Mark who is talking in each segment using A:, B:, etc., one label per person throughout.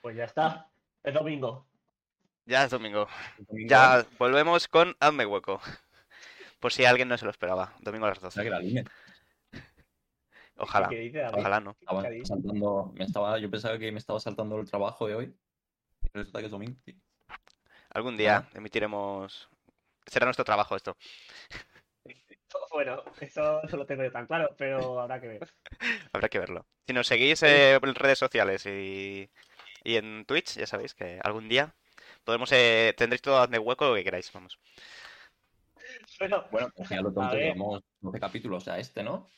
A: Pues ya está. Es domingo.
B: Ya es domingo. Ya volvemos con Hazme Hueco. Por si alguien no se lo esperaba. Domingo a las 12.
C: que la línea.
B: Ojalá.
A: ¿Qué dice David?
B: Ojalá no.
C: Estaba
A: ¿Qué dice?
C: saltando, me estaba, yo pensaba que me estaba saltando el trabajo de hoy. y Resulta que es domingo. tío.
B: Algún día emitiremos. Será nuestro trabajo esto.
A: Bueno, eso no lo tengo yo tan claro, pero habrá que ver.
B: Habrá que verlo. Si nos seguís eh, en redes sociales y, y en Twitch, ya sabéis que algún día podremos eh, tendréis todo Hazme Hueco lo que queráis. Vamos.
A: Bueno,
C: Bueno, pues ya lo tonto,
A: ver.
C: llevamos 12 capítulos a este, ¿no?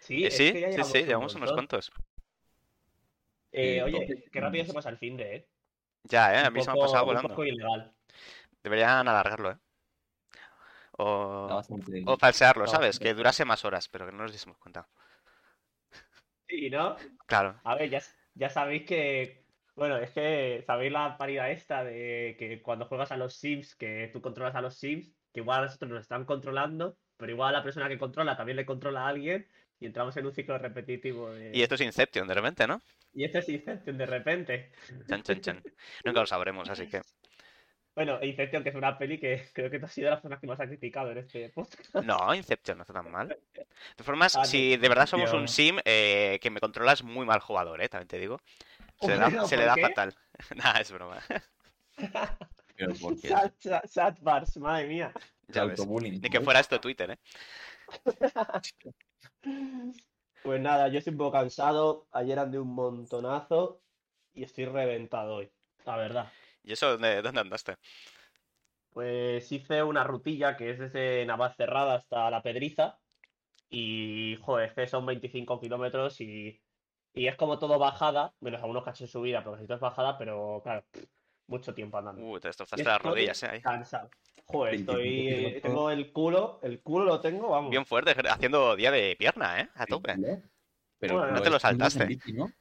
A: sí,
B: Eh,
A: es
B: sí,
A: que ya
B: sí, sí, llevamos unos
A: montón.
B: cuantos.
A: Eh,
C: Eh,
A: oye,
C: entonces,
A: qué rápido se pasa el fin de, ¿eh?
B: Ya, ¿eh? A
A: Un
B: mí se me ha
A: poco-
B: pasado
A: Un
B: volando.
A: poco ilegal.
B: Deberían alargarlo, ¿eh?
C: Está
B: O,
C: bastante.
B: o falsearlo,
A: no,
B: ¿sabes?
A: hombre.
B: Que durase más horas, pero que no nos diésemos cuenta.
A: Sí, ¿no?
B: Claro.
A: A ver, ya, ya sabéis que. Bueno, es que sabéis la parida esta de que cuando juegas a los Sims, que tú controlas a los Sims, que igual a nosotros nos están controlando, pero igual a la persona que controla también le controla a alguien y entramos en un ciclo repetitivo de.
B: Y esto es Inception, de repente, ¿no?
A: Y este es Inception de repente.
B: Chan, chan, chan. Nunca lo sabremos, así que.
A: Bueno, Inception, que es una peli que creo que tú has sido de las personas que más ha criticado en este podcast.
B: No, Inception no está tan mal. De todas formas,
A: Ah,
B: si de verdad somos un
C: Inception.
B: sim, eh, que me controlas muy mal jugador, ¿eh? También te digo. Se le da,
A: Bueno,
B: se le
A: ¿por
B: da
A: qué?
B: fatal. Nada, es broma.
C: Pero porque
A: Sad- sad- sad bars, madre mía.
C: el
B: Ya ves.
C: autobullying.
B: Ni que fuera esto Twitter, ¿eh?
A: Pues nada, yo estoy un poco cansado. Ayer andé un montonazo y estoy reventado hoy, la verdad.
B: ¿Y eso dónde, dónde andaste?
A: Pues hice una rutilla que es desde Navazcerrada hasta La Pedriza. Y, joder, es que son 25 kilómetros y, y es como todo bajada, menos algunos cachos de subida, pero casi todo es bajada, pero claro, mucho tiempo andando.
B: Uh, te destrozaste las
A: Estoy
B: rodillas, ¿eh? Ahí.
A: Cansado. Joder,
C: 25
A: estoy. eh,
C: kilómetros.
A: Tengo el culo, el culo lo tengo, vamos.
B: Bien fuerte, ejer- haciendo día de pierna, ¿eh? A tope.
C: Pero
A: Bueno,
B: no te lo
C: es cuando vas en
B: saltaste.
C: bici, ¿no?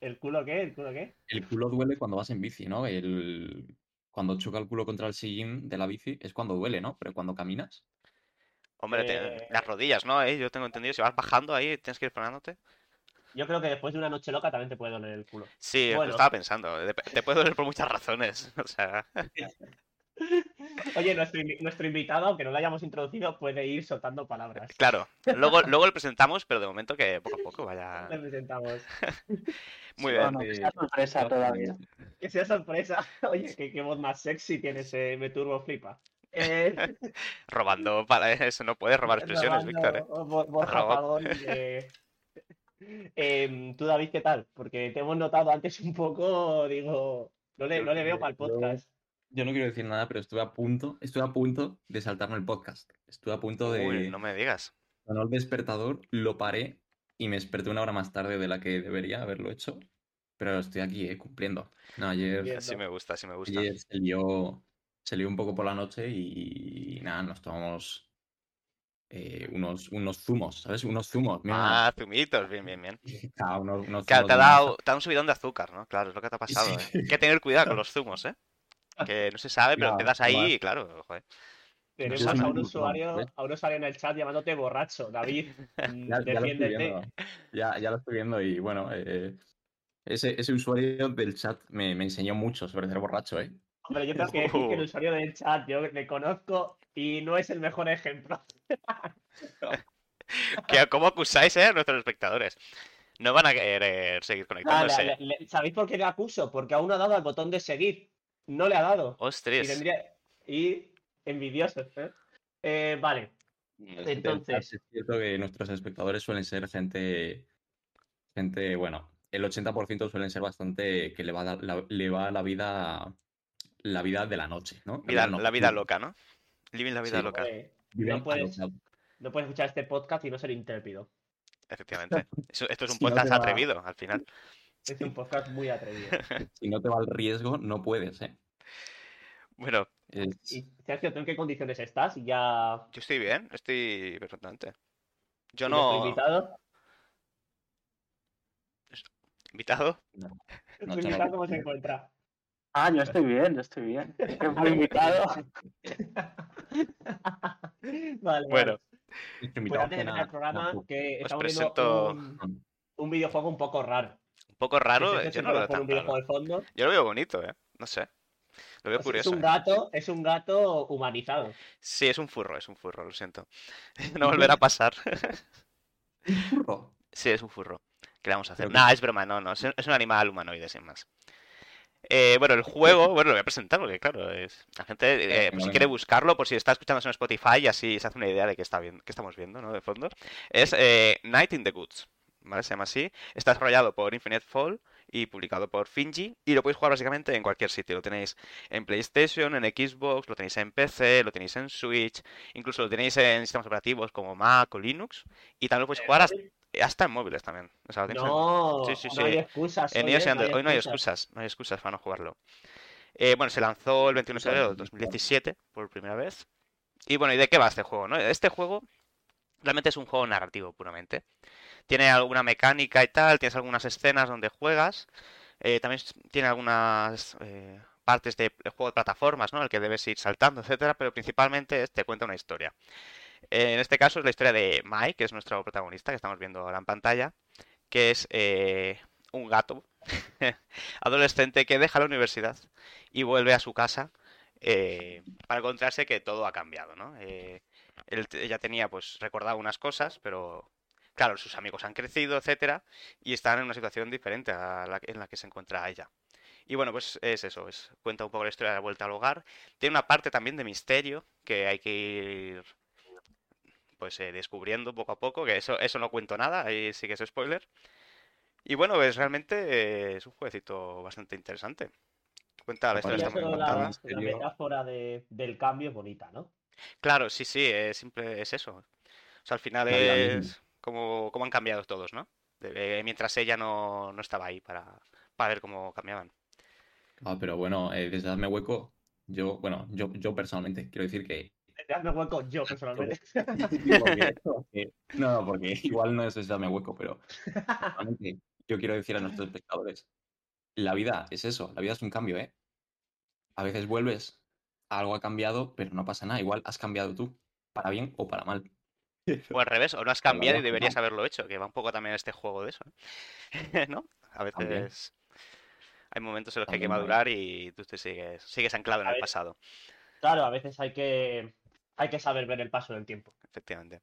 A: ¿El culo qué? ¿El culo qué?
C: El culo duele cuando vas en bici, ¿no? El... Cuando choca el culo contra el sillín de la bici es cuando duele, ¿no? Pero cuando caminas.
B: Hombre, te-
A: Eh,
B: las rodillas, ¿no? Eh, Yo tengo entendido, si vas bajando ahí, tienes que ir frenándote.
A: Yo creo que después de una noche loca también te puede doler el culo.
B: Sí, lo
A: Bueno.
B: estaba pensando. Dep- Te puede doler por muchas razones. O sea,
A: Oye, nuestro, invi- nuestro invitado, aunque no lo hayamos introducido, puede ir soltando palabras.
B: claro. Luego, luego lo presentamos, pero de momento que poco a poco vaya.
A: Le presentamos.
B: Muy
C: Sí,
B: bien.
C: bueno,
D: Esa sorpresa todavía.
A: Que sea sorpresa. Oye, qué, qué voz más sexy tienes, eh, me turbo flipa. Eh,
B: Robando para eso, no puedes robar expresiones,
A: robando
B: Víctor. ¿eh?
A: Bo- Borja
B: Roba-
A: Pavón, eh. Em, Tú, David, ¿qué tal? Porque te hemos notado antes un poco, digo, no le,
C: Yo-
A: no le veo
C: yo-
A: para el
C: yo-
A: podcast.
C: Yo no quiero decir nada, pero estuve a punto, estuve a punto de saltarme el podcast. Estuve a punto de
B: Uy, no me digas.
C: sonó el despertador, lo paré y me desperté una hora más tarde de la que debería haberlo hecho. Pero estoy aquí, eh, cumpliendo. No, ayer,
A: Bien.
B: Así me gusta, así me gusta.
C: ayer se lió, se lió un poco por la noche y, nada, nos tomamos eh, unos, unos zumos, ¿sabes? Unos zumos. mira,
B: Ah, zumitos, bien, bien, bien.
C: ah, unos-
B: Claro,
C: unos zumos
B: te ha
C: de naranja.
B: dado, te ha dado un subidón de azúcar, ¿no? Claro, es lo que te ha pasado. ¿eh? Hay que tener cuidado con los zumos, ¿eh? Que no se sabe, pero
C: Claro,
B: empiezas ahí
C: igual.
B: y claro, joder.
A: Tenemos
B: yo
A: a
B: soy
A: un,
C: muy
A: usuario,
C: normal,
A: a un usuario en el chat llamándote borracho. David, mm,
C: ¿eh? Ya, ya lo estoy
A: defiéndete.
C: viendo. Ya, ya lo estoy viendo y bueno, eh, ese, ese usuario del chat me, me enseñó mucho sobre ser borracho, ¿eh?
A: Hombre, yo tengo que decir que el
B: Uh.
A: usuario del chat, yo le conozco y no es el mejor ejemplo.
B: Que- ¿Cómo acusáis, eh, a nuestros espectadores? No van a querer seguir
A: Ah, le-
B: conectándose.
A: le- le- ¿Sabéis por qué le acuso? Porque aún no ha dado al botón de seguir. No le ha dado. Y,
B: Ostras.
A: tendría... y envidiosos. ¿eh? Eh, vale.
C: El chat
A: Entonces.
C: Es cierto que nuestros espectadores suelen ser gente, gente, bueno, el 80% suelen ser bastante que le va, a dar la, le va la vida, la vida de la noche, ¿no?
B: Vida- la vida
C: nocturna.
B: loca, ¿no? Living la vida
C: Sí.
B: loca,
A: eh,
C: Viven
A: No
C: a
A: puedes-
C: lo-
A: no puedes escuchar este podcast y no ser intrépido.
B: efectivamente. Eso- esto es un
C: Si no te
B: podcast
C: va-
B: atrevido, al final.
A: Es un podcast muy atrevido.
C: Si no te va el riesgo, no puedes, ¿eh?
B: Bueno,
C: Es-
A: Y, Sergio, ¿tú en qué condiciones estás? Y ya.
B: yo estoy bien, estoy perfectamente. Yo
A: y nuestro
B: no...
A: invitado.
B: ¿Invitado?
C: no,
A: ¿Tu
C: chaval.
A: invitado cómo se encuentra?
D: Ah, yo estoy bien, yo estoy bien. Es que fue invitado.
A: Vale, vale.
B: Bueno,
C: nuestro
A: Pues
C: invitado
A: antes de
C: cena-
A: empezar
B: pues
A: el programa,
C: cena-
A: que
B: Os
A: estamos viendo
B: presento-
A: un, un videojuego un poco raro.
B: poco raro, eh,
A: Es ese que
B: yo Ah, no lo veo
A: pone
B: tan
A: un viejo
B: raro.
A: de fondo.
B: Yo lo veo bonito, ¿eh? No sé. Lo
A: O sea, Pues
B: veo
A: es
B: curioso.
A: un
B: ¿eh?
A: gato, es un gato humanizado.
B: Sí, es un furro, es un furro, lo siento. No volverá a pasar.
C: Furro.
B: Sí, es un furro. ¿Qué le vamos a hacer?
C: Pero
B: Nah, es broma, no, no. Es un es un animal humanoide, sin más. Eh, bueno, el juego, bueno, lo voy a presentar porque, claro, es... la gente, eh, por
C: venga,
B: si
C: venga.
B: quiere buscarlo, por si está escuchando en Spotify y así se hace una idea de qué, está bien, qué estamos viendo, ¿no? De fondo. Es eh, Night in the Goods, ¿vale? Se llama así. Está desarrollado por Infinite Fall y publicado por Finji. Y lo podéis jugar básicamente en cualquier sitio. Lo tenéis en PlayStation, en Xbox, lo tenéis en PC, lo tenéis en Switch, incluso lo tenéis en sistemas operativos como Mac o Linux. Y también lo podéis jugar hasta, Eh, hasta en móviles también. O sea, lo tenéis en-
A: No,
B: Sí, sí,
A: no hay
B: sí.
A: excusas.
B: en
A: oye,
B: iOS y Android. Hoy no hay excusas, no hay excusas para no jugarlo. Eh, bueno, se lanzó el 21 de
C: Excusas,
B: febrero del
C: excusas.
B: 2017 por primera vez. Y bueno, ¿y de qué va este juego? no? Este juego realmente es un juego narrativo puramente. Tiene alguna mecánica y tal, tienes algunas escenas donde juegas. eh, también s- tiene algunas eh, partes de de juego de plataformas, ¿no? El que debes ir saltando, etcétera, pero principalmente es- te cuenta una historia. Eh, en este caso es la historia de Mike, que es nuestro protagonista, que estamos viendo ahora en pantalla, que es eh, un gato adolescente que deja la universidad y vuelve a su casa eh, para encontrarse que todo ha cambiado, ¿no? Eh, él te- ella tenía, pues, recordaba unas cosas, pero claro, sus amigos han crecido, etcétera, y están en una situación diferente a la que- en la que se encuentra ella. Y bueno, pues es eso, es, cuenta un poco la historia de la vuelta al hogar. Tiene una parte también de misterio que hay que ir pues eh, descubriendo poco a poco, que eso, eso no cuento nada, ahí sí que es spoiler. Y bueno, pues realmente eh, es un jueguecito bastante interesante. Cuenta la
C: Me
A: Pero
B: historia, está
C: parece
B: muy
A: solo
B: bien
C: muy
A: la,
B: contada.
C: bacana.
A: la metáfora de- del cambio es bonita, ¿no?
B: Claro, sí, sí, es simple, es eso. O sea, al final
C: La vida misma.
B: es como, como han cambiado todos, ¿no? De- eh, mientras ella no, no estaba ahí para, para ver cómo cambiaban.
C: Ah, pero bueno, eh, desde Hazme Hueco, yo, bueno, yo, yo personalmente quiero decir que
A: Hazme hueco yo personalmente.
C: Porque- porque- no, no, porque igual no es ese dame hueco, pero realmente yo quiero decir a nuestros espectadores, la vida es eso, la vida es un cambio, ¿eh? A veces vuelves, algo ha cambiado, pero no pasa nada, igual has cambiado tú, para bien o para mal.
B: O al revés, o no has
C: Claro,
B: cambiado y
C: claro,
B: deberías
C: no.
B: haberlo hecho, que va un poco también este juego de eso, ¿eh? ¿no? A
C: También.
B: veces hay momentos en los que hay que
C: También,
B: madurar y tú te sigues, sigues anclado en
A: A
B: el
A: ver.
B: pasado,
A: Claro, a veces hay que, hay que saber ver el paso del tiempo.
B: efectivamente.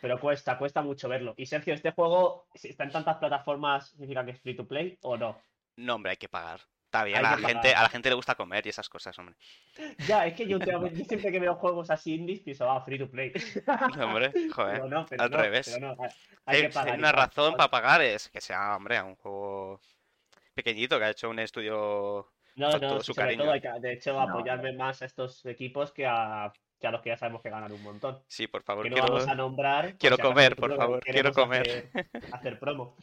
A: Pero cuesta, cuesta mucho verlo. Y Sergio, ¿este juego si está en tantas plataformas significa que es free to play o no?
B: No, hombre, hay que pagar. Está bien,
A: Hay
B: a la
A: que
B: gente,
A: pagar.
B: a la gente le gusta comer y esas cosas, hombre.
A: Ya, es que yo, últimamente- yo siempre que veo juegos así indies pienso, ah, free to play.
B: No, hombre, joder.
A: Pero no, pero
B: al
A: no,
B: revés.
A: pero no, hay-
B: Hay-
A: hay que
B: si
A: pagar
B: hay
A: y
B: una
A: pagar.
B: razón para pagar es que sea, hombre, un juego pequeñito que ha hecho un estudio.
A: No,
B: con
A: no,
B: todo
A: sí,
B: su
A: sobre
B: cariño.
A: todo hay que, de hecho,
C: No.
A: apoyarme más a estos equipos que a, que a los que ya sabemos que ganan un montón.
B: Sí, por favor,
A: Que no
B: quiero-
A: vamos a nombrar. por
B: quiero
A: si acaso en
B: comer,
A: el
B: por
A: futuro
B: favor,
A: queremos
B: quiero comer.
A: Hacer, hacer promo.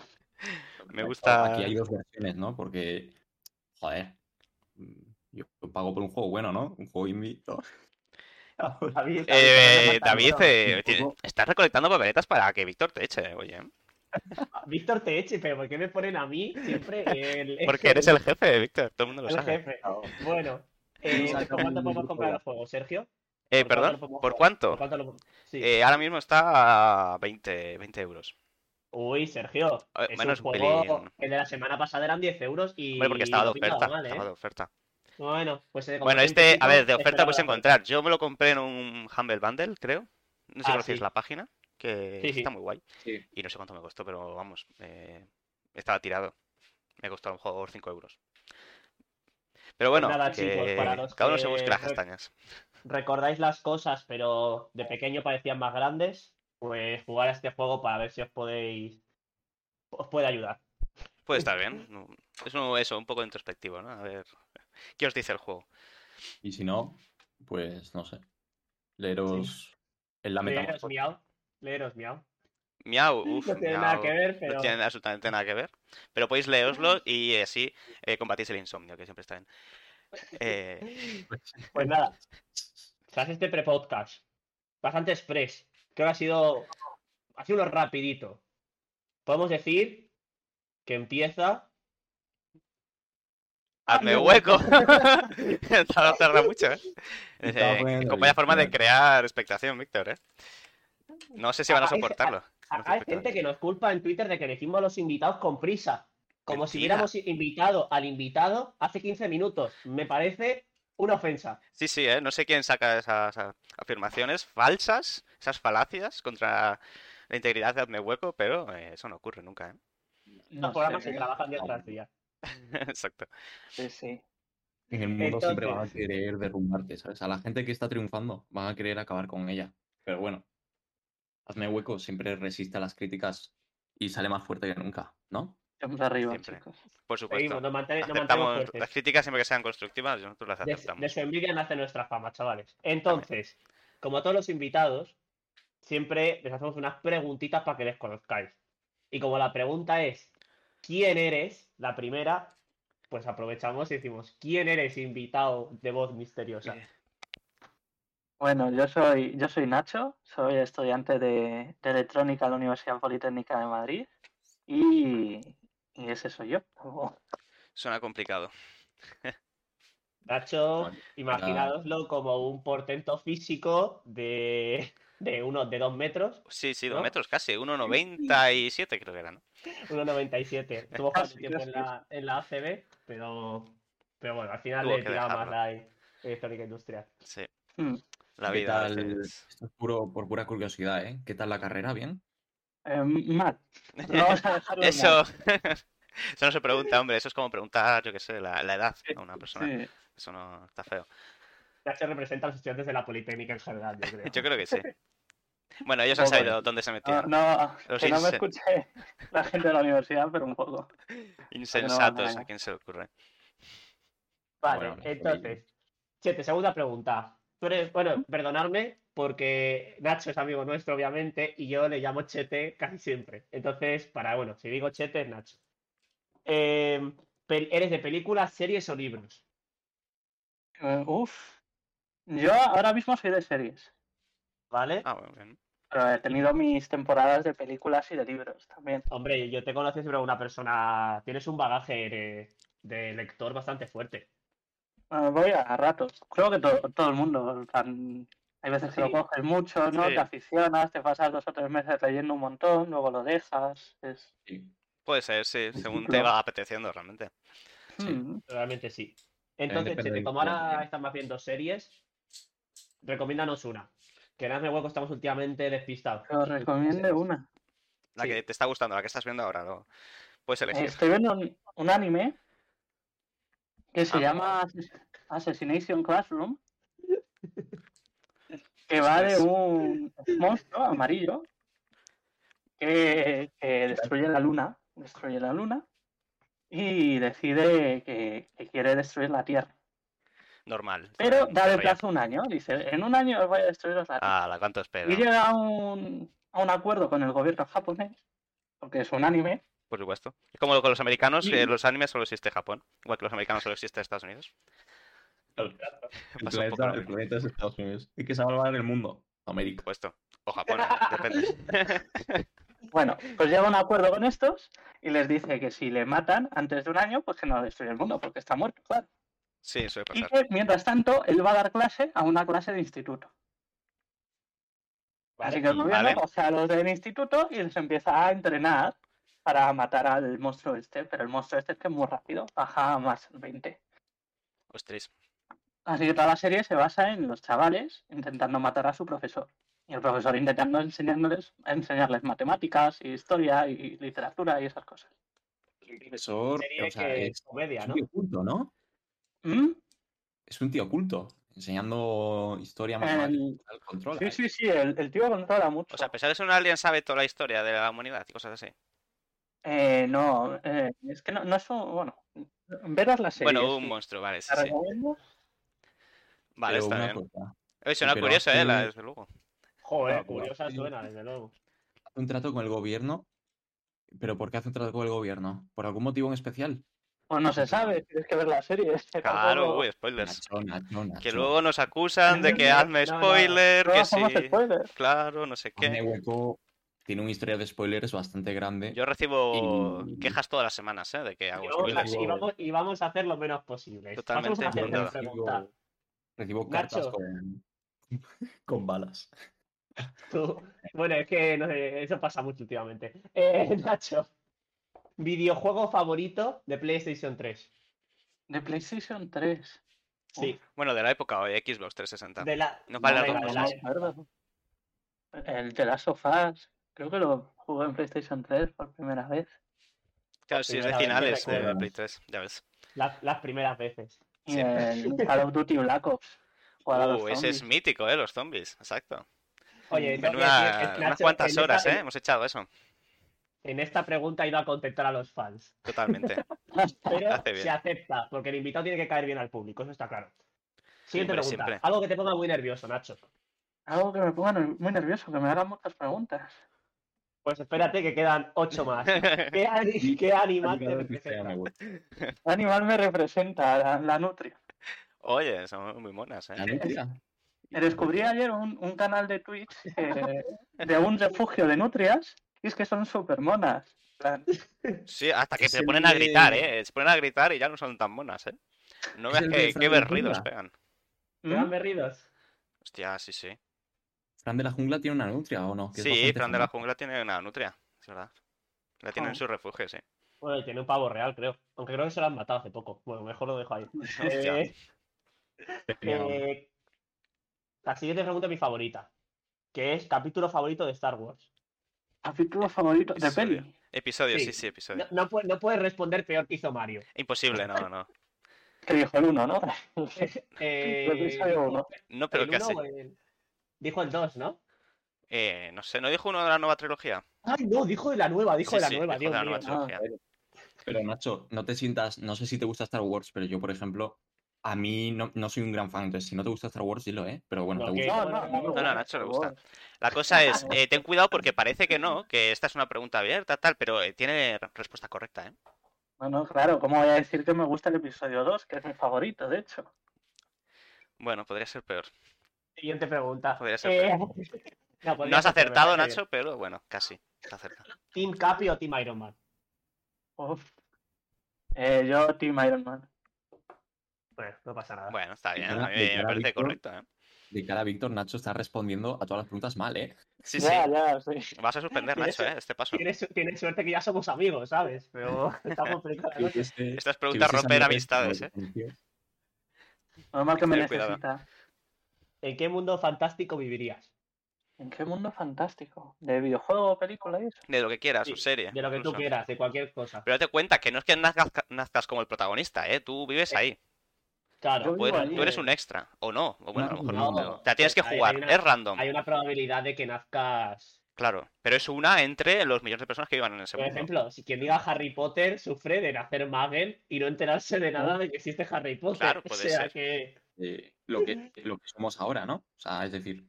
B: me
C: Aquí
B: gusta. Eh,
C: hay dos versiones, ¿no? Porque, joder, mm, yo pago por un juego bueno, ¿no? Un juego indie, ¿no?
A: David, David,
B: Eh,
A: no me
B: David,
A: mata,
B: eh,
C: un
B: tiene-
C: poco.
B: estás recolectando papeletas para que Víctor te eche, oye.
A: no. Víctor te eche, pero ¿por qué me ponen a mí siempre el,
B: Porque eres el jefe, Víctor, todo el mundo lo
A: el
B: sabe.
A: jefe? Bueno, eh,
C: Exacto.
A: ¿por cuánto podemos comprar el juego, Sergio?
B: Eh,
A: ¿por cuánto
B: perdón,
A: lo podemos
B: ¿por
A: jugar?
B: cuánto?
A: ¿Por cuánto lo... Sí.
B: Oh. Eh, ahora mismo está a 20, 20 euros.
A: Uy, Sergio,
B: eh,
A: es
B: menos
A: un
B: un
A: juego
B: pelín.
A: que de la semana pasada eran 10 euros y
B: Hombre, porque estaba de
A: no pintaba
B: oferta.
A: mal, ¿eh?
B: estaba de oferta.
A: Bueno, pues eh, como
B: Bueno,
A: te he
B: este,
A: dicho,
B: a ver, de oferta
A: esperaba
B: lo puedes
A: la oferta.
B: encontrar. Yo me lo compré en un Humble Bundle, creo. No sé si
A: Ah,
B: conocéis
A: sí.
B: la página, que
A: Sí, sí.
B: está muy guay.
C: Sí.
B: Y no sé cuánto me costó, pero vamos, eh, estaba tirado. Me costó a lo mejor 5 euros. Pero bueno,
A: Pues nada, chicos,
B: que
A: para los
B: cada uno se busque
A: que
B: las
A: rec-
B: castañas.
A: recordáis las cosas, pero de pequeño parecían más grandes, pues jugar a este juego para ver si os podéis os puede ayudar.
B: Puede estar bien. no- Es un, eso, un poco introspectivo, ¿no? A ver, ¿qué os dice el juego?
C: Y si no, pues no sé. Leeros en la
A: Leeros
C: metamorfosis.
A: miau, leeros miau.
B: Miau, uf,
A: no tiene nada
B: miau.
A: que ver, pero
B: No tiene absolutamente nada que ver. Pero podéis leeroslo y eh, así eh, combatís el insomnio, que siempre está bien. Eh,
A: pues nada, se hace este prepodcast bastante express. Creo que ha sido ha sido uno rapidito. Podemos decir que empieza
B: Hazme
A: Hazme
B: hueco. Tarda- tarda mucho, ¿eh?
C: Estaba
B: Eh,
C: poniendo
B: qué vaya
C: bien,
B: forma de
C: joder.
B: crear expectación, Víctor, ¿eh? No sé si van a
A: Ah, es-
B: soportarlo.
A: Ah,
B: No sé
A: Hay
B: exactamente.
A: gente que nos culpa en Twitter de que elegimos a los invitados con prisa. Como si
B: Mentira.
A: hubiéramos invitado al invitado hace 15 minutos. Me parece una ofensa.
B: Sí, sí, ¿eh? no sé quién saca esas a- afirmaciones falsas, esas falacias contra la integridad de Hazme Hueco, pero eh, eso no ocurre nunca, ¿eh?
A: Los
D: No
A: programas
D: sé,
A: se trabajan día tras día.
B: Exacto.
D: sí, sí.
C: En el mundo siempre van a
A: Entonces-
C: querer derrumbarte, ¿sabes? A la gente que está triunfando van a querer acabar con ella. Pero bueno, hazme hueco, siempre resiste a las críticas y sale más fuerte que nunca, ¿no?
D: Estamos arriba,
B: Siempre.
D: chicos.
B: Por supuesto.
A: Seguimos, nos mantene- nos mantenemos este
B: Aceptamos
A: fuertes.
B: las críticas siempre que sean constructivas, nosotros las
A: De, su-
B: aceptamos.
A: de su envidia nace nuestra fama, chavales. Entonces, como a todos los invitados, siempre les hacemos unas preguntitas para que les conozcáis. Y como la pregunta es, ¿quién eres? La primera, pues aprovechamos y decimos, ¿quién eres invitado de voz misteriosa?
D: Bueno, yo soy, yo soy Nacho, soy estudiante de, de electrónica en la Universidad Politécnica de Madrid y, y ese soy yo. Oh, Tampoco-
B: Suena complicado.
A: Nacho,
C: Bueno,
A: imaginadoslo como un portento físico de, de unos de dos metros,
B: Sí, sí, dos
A: ¿No?
B: metros casi, 1,97 creo que era, ¿no?
A: siete. Estuvo jugando
D: Casi,
A: tiempo en
D: casi.
A: la, en la ACB, pero, pero bueno, al final
B: Tuvo
A: le
B: que
A: tiraba más
B: dejarlo.
A: la electrónica industrial.
B: Sí,
D: Hmm,
B: la
C: ¿Qué
B: vida. a
C: tal?
B: veces.
C: Esto es puro, por pura curiosidad, ¿eh? ¿Qué tal la carrera? ¿Bien?
D: eh, mal. Lo vamos a dejarlo en
B: Eso. Eso no se pregunta, hombre. Eso es como preguntar, yo qué sé, la, la edad a una
D: mal.
B: persona.
D: Sí.
B: Eso no está feo.
A: Nacho representa a los estudiantes de la Politécnica en general, yo creo.
B: Yo creo que sí. Bueno, ellos han
D: Bueno,
B: sabido dónde se
D: No,
B: metían.
D: no,
B: Los
D: que no me
B: inse-
D: escuche la gente de la universidad, pero un poco.
B: Insensatos,
D: nada.
B: ¿a quién se le ocurre?
A: Vale,
C: Bueno,
A: entonces, siete, segunda pregunta. Tú eres, bueno, perdonadme, porque Nacho es amigo nuestro, obviamente, y yo le llamo Chete casi siempre. Entonces, para, bueno, si digo Chete, es Nacho. Eh, pel- ¿Eres de películas, series o libros?
D: Eh, Uf. Yo ahora mismo soy de series,
A: ¿Vale?
B: Ah, bueno, bien.
D: pero he tenido mis temporadas de películas y de libros también.
A: Hombre, yo te conocí siempre como una persona. Tienes un bagaje de, de lector bastante fuerte.
D: Ah, Voy a ratos. Creo que to- todo el mundo. en plan, hay veces
A: Sí.
D: que lo coges mucho, ¿no?
B: Sí.
D: Te aficionas, te pasas dos o tres meses leyendo un montón, luego lo dejas. Es...
C: Sí.
B: Puede ser, sí, según te
D: Pero-
B: va apeteciendo realmente.
C: Sí.
D: Mm.
A: Realmente sí.
C: depende
A: Entonces, Chete,
C: del
A: como
C: juego,
A: ahora
C: ¿eh?
A: estás más viendo series, recomiéndanos una. Que en Hazme Hueco estamos últimamente despistados.
D: Que os recomiende una.
B: La que
A: Sí.
B: te está gustando, la que estás viendo ahora, lo puedes
D: Eh,
B: elegir.
D: Estoy viendo un, un anime que se
B: Ah.
D: llama Assass- Assassination Classroom. Que va de
B: Ostras.
D: un monstruo amarillo que, que destruye la luna. Destruye la luna. Y decide que, que quiere destruir la Tierra.
B: Normal.
D: Pero
B: está
D: da de
B: bien.
D: plazo un año. Dice, en un año os voy a destruir la Tierra.
B: Ah, la cuánto espero.
D: Y llega a un, a un acuerdo con el gobierno japonés, porque es un anime,
B: Por supuesto. Es como con los americanos, que
D: Y-
B: los animes solo existe Japón. Igual que los americanos solo existe Estados Unidos.
C: El
B: Pasa un poco
C: planeta,
B: lo
C: el
B: mismo,
C: planeta es Estados Unidos. Hay que salvar el mundo.
B: por
C: América.
B: supuesto. O Japón, eh, depende.
D: Bueno, pues llega a un acuerdo con estos y les dice que si le matan antes de un año, pues que no destruye el mundo, porque está muerto, claro.
B: Sí, suele
D: Y
B: pasar.
D: que mientras tanto, él va a dar clase a una clase de instituto.
A: ¿vale?
D: Así que el gobierno
B: Vale.
D: coge a los del instituto y les empieza a entrenar para matar al monstruo este, pero el monstruo este es que es muy rápido, baja a más el 20.
B: Ostras.
D: Así que toda la serie se basa en los chavales intentando matar a su profesor. Y el profesor intentando enseñándoles, enseñarles matemáticas, y historia y literatura y esas cosas.
C: El profesor,
A: Serie
C: o sea,
A: que
C: es,
A: es comedia,
C: es un
A: ¿no?
C: tío oculto, ¿no?
D: ¿Mm?
C: Es un tío oculto. Enseñando historia, matemáticas, tal, controla.
D: Sí,
C: ¿eh?
D: sí, sí, el, el tío controla mucho.
B: O sea, a pesar de ser un alien, sabe toda la historia de la humanidad y cosas así.
D: Eh, no, eh, es que no, no es un. Bueno, veros la serie.
B: Bueno, un
D: sí.
B: monstruo, vale, sí,
D: La
B: sí.
D: recomiendo.
B: Vale,
C: Pero
B: está
C: una
B: bien.
C: cosa,
B: Oye, suena
C: pero
B: curioso, eh, la-
C: hace-
B: desde luego.
A: Joder,
C: Claro, claro.
A: curiosa suena, desde luego.
C: un trato con el gobierno. ¿Pero por qué hace un trato con el gobierno? ¿Por algún motivo en especial?
D: Pues no se sabe, tienes que ver la serie. es que
B: Claro,
D: tampoco-
B: uy, spoilers.
C: Nacho, Nacho, Nacho.
B: Que luego nos acusan de que
A: No,
B: hazme
A: no, no.
B: spoiler,
D: No
B: que
D: hacemos
B: sí.
D: spoilers.
B: Claro, no sé
C: Hazme
B: qué.
C: hueco tiene un historial de spoilers bastante grande.
B: Yo recibo
C: Y-
B: quejas todas las semanas, ¿eh? De que hago
A: Y
C: yo
A: vamos,
B: spoilers.
A: a, y vamos- y vamos a hacer lo menos posible.
B: Totalmente
A: Pasamos a la tercera
C: Yo
B: entendido.
A: pregunta.
C: recibo, recibo cartas
A: Nacho.
C: con, con balas.
A: Tú- Bueno, es que no sé, eso pasa mucho últimamente. Eh, Nacho, videojuego favorito de PlayStation 3.
D: De PlayStation 3.
A: Sí,
B: Bueno, de la época hoy, Xbox 360.
A: de la.
B: Nos vale
A: no,
B: las
A: venga,
B: dos
A: de la-
B: cosas.
D: acuerdo. El de las sofás, creo que lo jugué en PlayStation 3 por primera vez.
B: Claro, sí, es de
A: primera vez que
B: finales de
A: recuerdas.
B: Play 3, ya ves.
A: la- las primeras veces.
D: Y
B: Siempre.
D: el Call of Duty Black Ops. jugar a los
B: Uh, ese es
D: zombies.
B: mítico, ¿eh? Los zombies, exacto.
A: Oye, tengo que
B: Mm, Menuda-
A: decir que
B: unas
A: Nacho,
B: cuantas
A: en esta-
B: horas, ¿eh? Hemos echado eso,
A: En esta pregunta he ido a contentar a los fans.
B: totalmente.
A: Pero
B: Hace bien.
A: se acepta, porque el invitado tiene que caer bien al público, eso está claro. Siguiente
B: Siempre,
A: pregunta.
B: siempre.
A: Algo que te ponga muy nervioso, Nacho.
D: Algo que me ponga ner- muy nervioso, que me hagan muchas preguntas.
A: Pues espérate que quedan ocho más. ¿Qué, ani- qué animal te representa?
D: ¿Qué animal me representa la, la nutria?
B: Oye, son muy monas, ¿eh?
D: Eh, Descubrí ayer un, un canal de Twitch eh, de un refugio de nutrias y es que son súper monas.
B: Sí, hasta que
C: Es
B: se
C: el
B: ponen a
C: de-
B: gritar, ¿eh? Se ponen a gritar y ya no son tan monas, ¿eh? No
C: Es
B: veas
C: el de
B: que,
C: Fran
B: qué
C: de la
B: berridos
C: Jungla.
B: pegan.
A: ¿Te berridos?
B: Hostia, sí, sí.
C: ¿Fran de la jungla tiene una nutria o no? Que es
B: Sí,
C: bastante
B: Fran de la
C: famosa.
B: Jungla tiene una nutria, es verdad. La tiene en
D: Oh.
B: su refugio, sí.
A: Bueno, y tiene un pavo real, creo. Aunque creo que se lo han matado hace poco. Bueno, mejor lo dejo ahí.
B: Hostia.
A: Eh, eh, la siguiente pregunta es mi favorita. Que es capítulo favorito de Star Wars.
D: Capítulo favorito de
B: Eso,
D: peli.
B: Episodio, sí,
A: Sí.
B: sí, episodio.
A: No, no puede- no puedes responder peor que hizo Mario.
B: Imposible, no, no.
D: Que dijo el uno, ¿no?
A: Eh,
D: Creo que Pues salió uno.
B: No, pero
A: el
B: casi.
A: uno o el- Dijo el 2, ¿no?
B: Eh, no sé, ¿no dijo uno de la nueva trilogía?
A: Ay, no, dijo de la nueva, dijo
B: Sí,
A: de la
B: sí,
A: nueva,
B: dijo
A: Dios
B: de la
A: mío.
B: nueva trilogía.
C: Pero Nacho, no te sientas, no sé si te gusta Star Wars, pero yo, por ejemplo, a mí no, no soy un gran fan, entonces si no te gusta Star Wars, dilo, ¿eh? Pero bueno,
A: No,
C: te
A: que-
C: gusta.
D: No, no, no,
A: No, no,
B: a Nacho le gusta. La cosa es, eh, ten cuidado porque parece que no, que esta es una pregunta abierta, tal, pero eh, tiene respuesta correcta, ¿eh?
D: No, no, claro, ¿cómo voy a decir que me gusta el episodio 2? Que es mi favorito, de hecho.
B: Bueno, podría ser peor.
A: Siguiente pregunta.
B: Podría ser
A: Eh, no, podría
B: No has
A: ser peor,
B: acertado,
A: me parece
B: Nacho, pero bueno, casi. Está cerca.
A: bien. ¿Team Capi o Team Iron Man?
D: Uf. Eh, yo, Team Iron Man.
A: Bueno, Pues, no pasa nada.
B: Bueno, está bien,
C: Ahora,
B: a mí me
C: ahora
B: parece
C: Víctor.
B: correcto, ¿eh?
C: De cara a Víctor, Nacho está respondiendo a todas las preguntas mal, ¿eh?
B: Sí, sí.
D: ya, ya, sí.
B: Vas a suspender,
A: Mira,
B: Nacho,
A: eso-
B: ¿eh? Este paso.
A: Tienes, tienes suerte que ya somos amigos, ¿sabes? Pero estamos
C: Que
A: preparados.
C: hubiese-
B: Estas
C: que
B: preguntas
C: hubiese
B: rompen
C: salido
B: amistades,
C: esto,
B: ¿eh?
C: tío.
D: Normal que me
B: Tener cuidado.
D: necesita.
A: ¿En qué mundo fantástico vivirías?
D: ¿En qué mundo fantástico? ¿De videojuego, película y eso?
B: De lo que quieras,
A: Sí,
B: su serie.
A: De lo que tú
B: incluso.
A: quieras, de cualquier cosa.
B: Pero date cuenta que no es que nazcas, nazcas como el protagonista, ¿eh? Tú vives ahí.
A: Claro,
D: Yo
B: Puedes-
D: vivo ahí,
B: tú eres
A: eh.
B: un extra. O no. O bueno, a lo mejor no.
A: No,
B: pero- O sea, tienes que
A: hay- hay
B: jugar.
A: una-
B: Es random,
A: hay una probabilidad de que nazcas.
B: claro. Pero es una entre los millones de personas que vivan en ese
A: Por
B: mundo.
A: ejemplo, si quien diga Harry Potter sufre de nacer Magel y no enterarse de nada de que existe Harry Potter.
B: Claro, puede
A: o sea
B: ser.
A: que.
C: Eh, lo, que, lo que somos ahora, ¿no? O sea, es decir,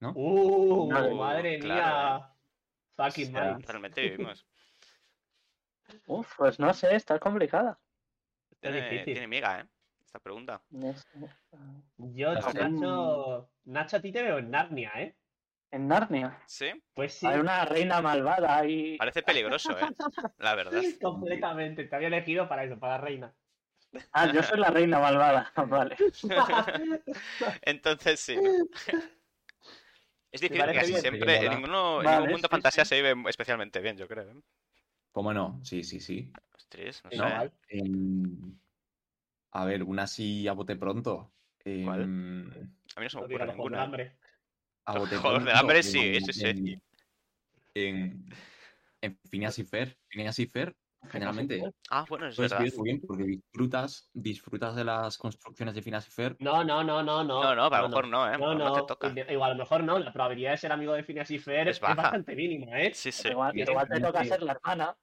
A: ¡Uh!
D: Claro,
A: madre
B: claro, eh.
A: mía. Fucking
C: O sea,
A: minds.
B: Realmente vivimos.
D: Uf, pues no sé, está complicada.
B: Tiene,
A: difícil.
B: tiene miga, ¿eh? Esta pregunta.
D: No sé.
A: Yo,
C: Claro.
A: Nacho. Nacho, a ti te veo en Narnia, ¿eh?
D: En Narnia.
B: Sí,
A: Pues sí.
D: Hay una reina malvada y...
B: parece peligroso, ¿eh? La verdad.
A: Completamente. Te había elegido para eso, para reina.
D: Ah, yo soy la reina malvada, vale.
B: Entonces sí. ¿no? Es difícil
A: parece
B: porque casi
A: bien,
B: siempre.
C: porque
B: En,
C: mola.
B: ninguno, en
D: Vale,
B: ningún mundo
D: sí,
B: fantasía
D: sí.
B: se vive especialmente bien, yo creo. ¿eh?
C: ¿cómo no? Sí, sí, sí.
B: Ostras, no
A: Sí,
B: sé.
A: no, vale.
C: Em, a ver, una así a bote pronto.
B: ¿Cuál?
C: Em,
B: A mí no se me
A: No diga
B: ocurre
A: los juegos del
B: ninguna. ¿eh?
A: hambre.
C: a
B: Los
C: bote
B: Juegos del
C: pronto,
B: Hambre,
C: en-
B: sí, sí, sí.
C: En, en, en Phineas y Fer. Phineas y Fer, generalmente.
B: Ah, bueno, es
C: puedes
B: verdad.
C: vivir muy Pues bien porque disfrutas, disfrutas de las construcciones de Phineas y Fer.
A: No, no, no, no, no.
B: No, no, a lo mejor no, ¿eh? A lo
A: No,
B: mejor no
A: no,
B: te toca.
A: igual- igual a lo mejor no, la probabilidad de ser amigo de Phineas y Fer
B: Es
A: es,
B: baja.
A: bastante mínima, ¿eh?
B: Sí, sí.
D: Igual,
C: Bien,
D: igual te toca
C: bien.
D: ser la hermana.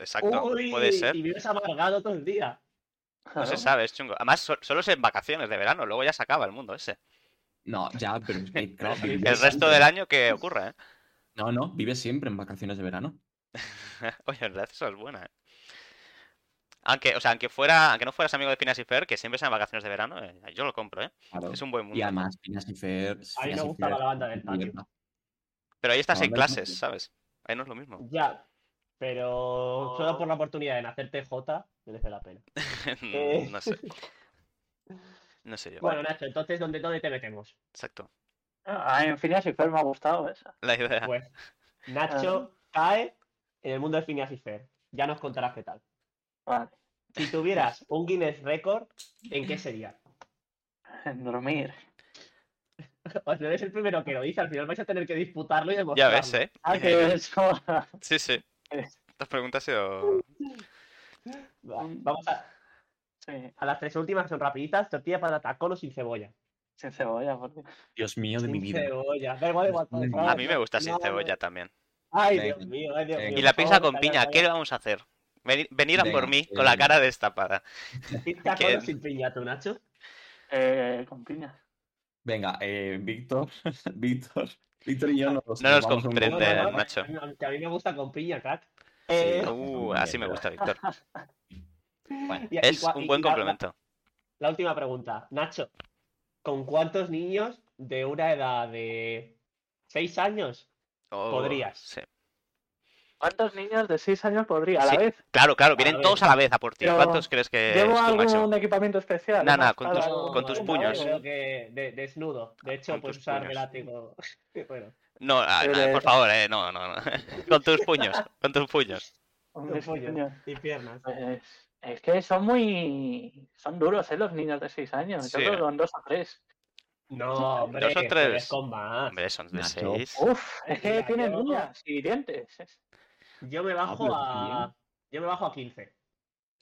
B: Exacto,
A: Uy,
B: puede ser.
A: Y vives amargado todo el día.
B: No se sabe, es chungo. Además, so- solo es en vacaciones de verano, luego ya se acaba el mundo ese.
C: No, ya, pero es que, claro, vives
B: El resto
C: siempre.
B: del año que ocurre, ¿eh?
C: No, no, vives siempre en vacaciones de verano.
B: Oye, en verdad, eso es buena, ¿eh? Aunque, o sea, aunque, fuera, aunque no fueras amigo de Phineas y Fer, que siempre sean vacaciones de verano, eh, yo lo compro, ¿eh?
C: Claro.
B: Es un buen
C: Y
B: mundo.
C: además, Phineas y Fer.
A: A mí
C: Phineas
A: me
C: y
A: gustaba
C: Fer,
A: la banda del
C: y
A: patio.
C: Berta.
B: Pero ahí estás
C: No,
B: en
C: no es lo
B: clases,
C: mismo.
B: ¿sabes? Ahí no es lo mismo.
A: Ya, pero solo por la oportunidad de nacerte J merece la pena. Eh.
B: No sé. No sé yo.
A: Bueno, Nacho, entonces, ¿dónde, dónde te metemos?
B: Exacto.
D: Ah, en Phineas y Fer me ha gustado esa.
B: La idea.
A: Ah. Pues Nacho cae en el mundo de Phineas y Fer. Ya nos contarás qué tal.
D: Vale.
A: Si tuvieras un Guinness Record, ¿en qué sería?
D: Dormir.
A: Os eres el primero que lo dice, al final vais a tener que disputarlo y
B: Ya
A: demostrarlo.
B: ves, ¿eh?
D: Ah, que eso.
B: Sí, sí. Estas preguntas han sido...
A: Va, Vamos a,
D: Sí,
A: a las tres últimas, son rapiditas. Tortilla de patata con o sin cebolla.
D: sin cebolla, porque.
C: Dios mío de mi
A: sin
C: vida.
A: cebolla. Da igual, da igual, da igual.
B: A mí me gusta sin
A: Nada,
B: cebolla también.
A: Ay,
C: Venga.
A: Dios mío, ay, Dios
C: Venga.
A: mío. ¿eh?
B: Y la
A: por
B: pizza
A: favor,
B: con
A: calla,
B: piña,
A: calla.
B: ¿qué le vamos a hacer? Venid, venid a por
C: Venga,
B: mí con la
C: venga.
B: cara destapada.
A: ¿Pizza con
B: ¿Qué?
A: o sin piña, tú, Nacho?
D: Eh, con piña.
C: Venga, eh, Víctor, Víctor, Víctor y yo nos,
B: No nos
C: vamos a un
B: comprende,
C: poco-
B: No, no, no. Nacho.
A: A mí, a mí me gusta con piña, crack.
C: Sí,
A: Eh,
C: no.
B: Uh,
C: Venga,
B: así me
C: venga.
B: gusta, Víctor.
C: Bueno,
A: y- y
B: Es
A: cua-
B: un
A: y
B: buen
A: la- la-
B: complemento.
A: La última pregunta, Nacho. ¿Con cuántos niños de una edad de 6 años?
B: Oh,
A: podrías.
B: sí.
D: ¿Cuántos niños de 6 años podría a
B: Sí.
D: la vez?
B: Claro, claro,
A: A
B: vienen
A: ver.
B: todos a la vez a por ti.
D: Pero,
B: ¿Cuántos crees que
D: ¿Llevo
B: es tu máximo?
D: algún equipamiento especial?
B: Nah,
D: Una
B: nah, con
D: espada
B: tus-
D: o-
B: con tus
A: no,
B: puños.
A: yo creo que de- desnudo. De hecho,
B: Con
A: puedes
B: tus
A: usar
B: puños.
A: de látigo. bueno,
B: No, ah,
D: Pero
B: ah,
D: de-
B: por favor, eh, no, no, no. Con tus puños, con tus puños.
D: un
A: con puños
D: diseño.
A: y piernas.
D: Pues, es que son muy. Son duros, ¿eh? Los niños de 6 años.
B: Sí.
D: Yo creo que con 2 o 3.
A: No, hombre,
B: Dos o tres.
A: puedes con más.
B: Hombre, son de
C: Nacho.
B: seis.
D: Uf, es que
A: Mira,
D: tienen
A: yo-
D: uñas y dientes.
A: Yo me bajo
C: pero
A: a.
B: ¿eh?
A: Yo me bajo a 15.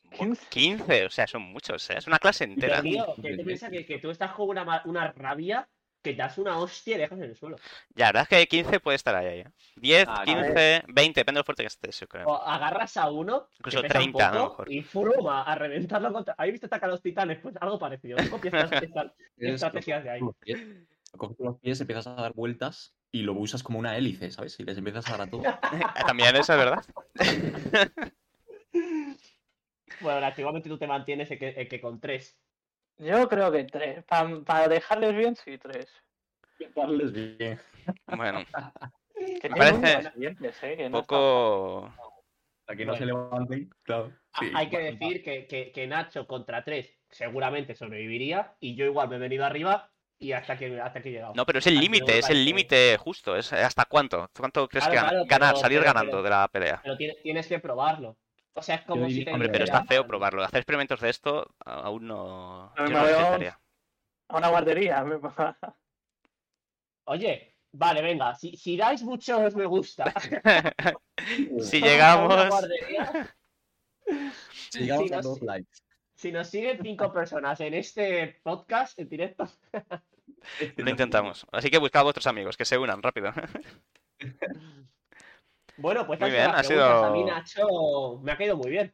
B: Buah, 15, o sea, son muchos, eh, es una clase entera.
A: Pero, tío, que tú
B: ¿eh?
C: Entera.
A: piensas que, que tú estás con una, ma- una rabia que te das una hostia y dejas en el suelo.
B: Ya, la verdad es que 15 puede estar ahí, ahí. eh. 10,
C: Ah, a
B: 15, 20, depende de lo fuerte que estés, yo creo.
A: O agarras a uno, que
B: Incluso
A: pesa un
B: 30 a lo
A: poco,
B: mejor.
A: y fuma a reventarlo contra. ¿Habéis visto atacar a los titanes? Pues algo parecido. Tú copias estas- estas
C: es-
A: estrategias de ahí.
C: Los pies, coges los pies, empiezas a dar vueltas y lo usas como una hélice, ¿sabes? Y les empiezas a dar a todo.
B: Ah, También eso es verdad.
A: Bueno, Nacho, igualmente tú te mantienes el que, el que con tres.
D: Yo creo que 3. Para dejarles bien, sí, 3.
C: Darles bien.
B: Bueno,
D: Que
B: Me
D: tienen
B: parece
D: uñas y dientes, ¿eh? Que
B: un
D: no está-
B: poco.
C: Para que no se levanten, claro.
A: Ah,
C: Sí,
A: Hay que
C: bueno,
A: decir que, que- que Nacho contra tres seguramente sobreviviría y yo igual me he venido arriba y hasta aquí, hasta aquí he llegado.
B: No, pero es
A: Así
B: el
A: no
B: límite,
A: me
B: es
A: parece-
B: el límite justo. Es ¿Hasta cuánto? ¿Cuánto crees
A: Claro,
B: que gana-
A: claro,
B: ganar,
A: pero-
B: salir
A: pero-
B: ganando
A: pero-
B: de la pelea?
A: Pero tienes, tienes que probarlo. O sea, es como si
C: diría-
A: te
B: Hombre, pero
A: dijera-
B: está feo probarlo. Hacer experimentos de esto a- aún no.
D: No,
B: yo
D: no
B: no lo
D: veo.
B: intentaría.
D: A una guardería. me-
A: Oye, vale, venga, si, si dais muchos me gusta.
B: Si
A: a una
B: llegamos.
A: guardería,
C: Si llegamos
A: sí,
C: a
A: no
C: dos
A: sé.
C: likes.
A: Si nos siguen cinco personas en este podcast, en directo,
B: Lo intentamos. Así que buscad a vuestros amigos, que se unan rápido.
A: Bueno, pues
B: Muy
A: estas son
B: bien,
A: las
B: ha
A: preguntas. A
B: sido-
A: mí, Nacho, me ha caído muy bien.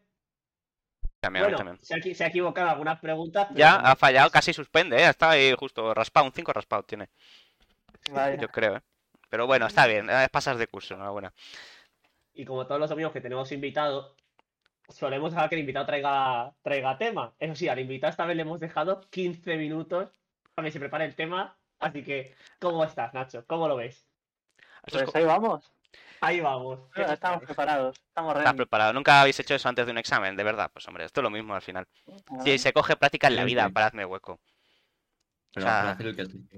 B: También, a mí
A: bueno,
B: también.
A: Se, ha, equi- se ha equivocado en algunas preguntas. pero
B: Ya
A: bueno,
B: ha fallado, casi suspende, ¿eh? Está ahí justo raspado, un 5 raspado tiene,
D: Vaya.
B: yo creo, ¿eh? Pero bueno, está bien, eh, pasas de curso, enhorabuena.
A: Y como todos los amigos que tenemos invitados, solemos dejar que el invitado traiga, traiga tema. Eso sí, al invitado esta vez le hemos dejado 15 minutos para que se prepare el tema. Así que, ¿cómo estás, Nacho? ¿Cómo lo ves?
B: Esto es
D: Pues
B: co-
D: ahí vamos.
A: Ahí vamos.
D: Bueno, Ah, estamos preparados. Estamos
B: Estás
D: ready.
B: preparado, nunca habéis hecho eso antes de un examen, de verdad. Pues hombre, esto es lo mismo al final. Si se coge práctica en la vida,
C: Siempre.
B: para hazme hueco.
C: Pero
B: O sea,
C: para hacer el castillo.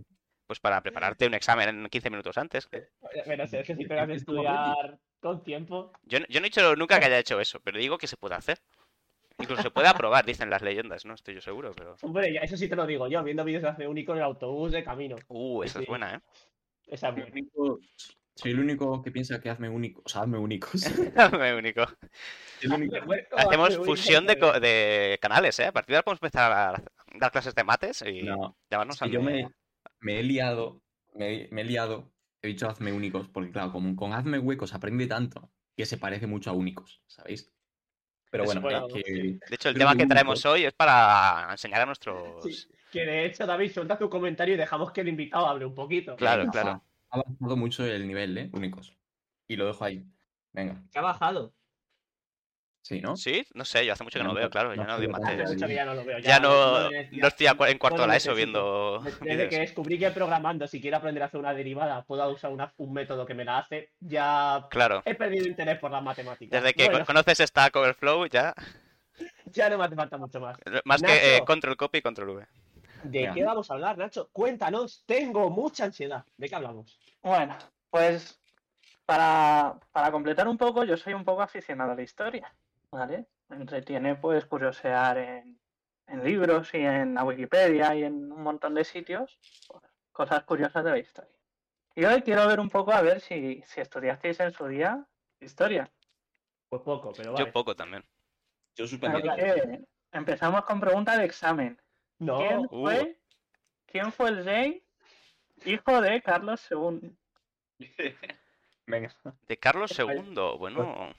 B: Pues para prepararte un examen en 15 minutos antes.
A: Pero si es que si tengas que
C: Es como
A: estudiar con tiempo.
B: Yo, no- yo no he dicho nunca que haya hecho eso, pero digo que se puede hacer. Incluso se puede aprobar, dicen las leyendas, ¿no? Estoy yo seguro, pero...
A: Hombre, ya, eso sí te lo digo yo, viendo vídeos de hace único en el autobús de camino.
B: Uh, esa es
A: Sí.
B: buena, ¿eh?
A: Esa es
C: Soy
A: buena.
C: el único- Soy el único que piensa que hazme único. O sea, hazme únicos.
B: Me único.
C: El único.
B: Hacemos
A: Hace único
B: fusión de,
A: que-
B: co- de canales, ¿eh? A partir de ahora podemos empezar a dar clases de mates y
C: No,
B: llamarnos
C: es que
B: al
C: yo me, me he liado. Me, me he liado. He dicho hazme únicos porque, claro, con, con hazme huecos aprende tanto que se parece mucho a únicos, ¿sabéis? Pero
B: Es
C: bueno,
A: bueno,
C: que- eh,
A: sí.
B: De hecho, el
C: Creo
B: tema
C: que
B: que
C: un
B: traemos hoy es para enseñar a nuestros.
A: Sí, Que de hecho, David, suelta tu comentario y dejamos que el invitado hable un poquito.
B: Claro,
C: Ajá.
B: claro.
C: Ha bajado mucho el nivel, ¿eh? Únicos. Y lo dejo ahí. Venga.
A: Que ha bajado.
C: Sí, ¿no?
B: Sí, no sé, yo hace mucho que no
C: No,
B: veo,
C: no,
B: claro,
C: no
B: ya no
C: sé
B: doy
C: lo que
A: Ah,
B: mates.
A: hace
C: hace.
A: mucho que ya no lo veo.
B: Ya
A: ya
B: no,
A: le- ya-
B: no estoy a cu- en cuarto
A: no
B: de
A: lo
B: la ESO
A: necesito.
B: viendo.
A: Desde que
B: vídeos.
A: descubrí que programando, si quiero aprender a hacer una derivada, puedo usar una- un método que me la hace, ya
B: Claro.
A: he perdido interés por las matemáticas.
B: Desde que
A: Bueno,
B: co- conoces esta Coverflow, ya.
A: ya no me hace falta mucho más.
B: Más que eh,
A: Nacho.
B: control copy y control V.
A: ¿De
C: Venga.
A: qué vamos a hablar, Nacho? Cuéntanos, tengo mucha ansiedad. ¿De qué hablamos?
D: Bueno, pues para, para completar un poco, yo soy un poco aficionado a la historia. ¿vale? Me Entretiene pues curiosear en, en libros y en la Wikipedia y en un montón de sitios pues, cosas curiosas de la historia. Y hoy quiero ver un poco a ver si, si estudiasteis en su día historia.
A: Pues poco, pero
B: Yo
A: vale.
B: poco también.
C: Yo
D: Así
C: suspendí.
D: que empezamos con pregunta de examen.
A: No,
D: ¿Quién,
B: uh.
D: fue, quién fue el rey hijo de Carlos II?
C: Venga.
B: De Carlos
D: España.
B: II, bueno.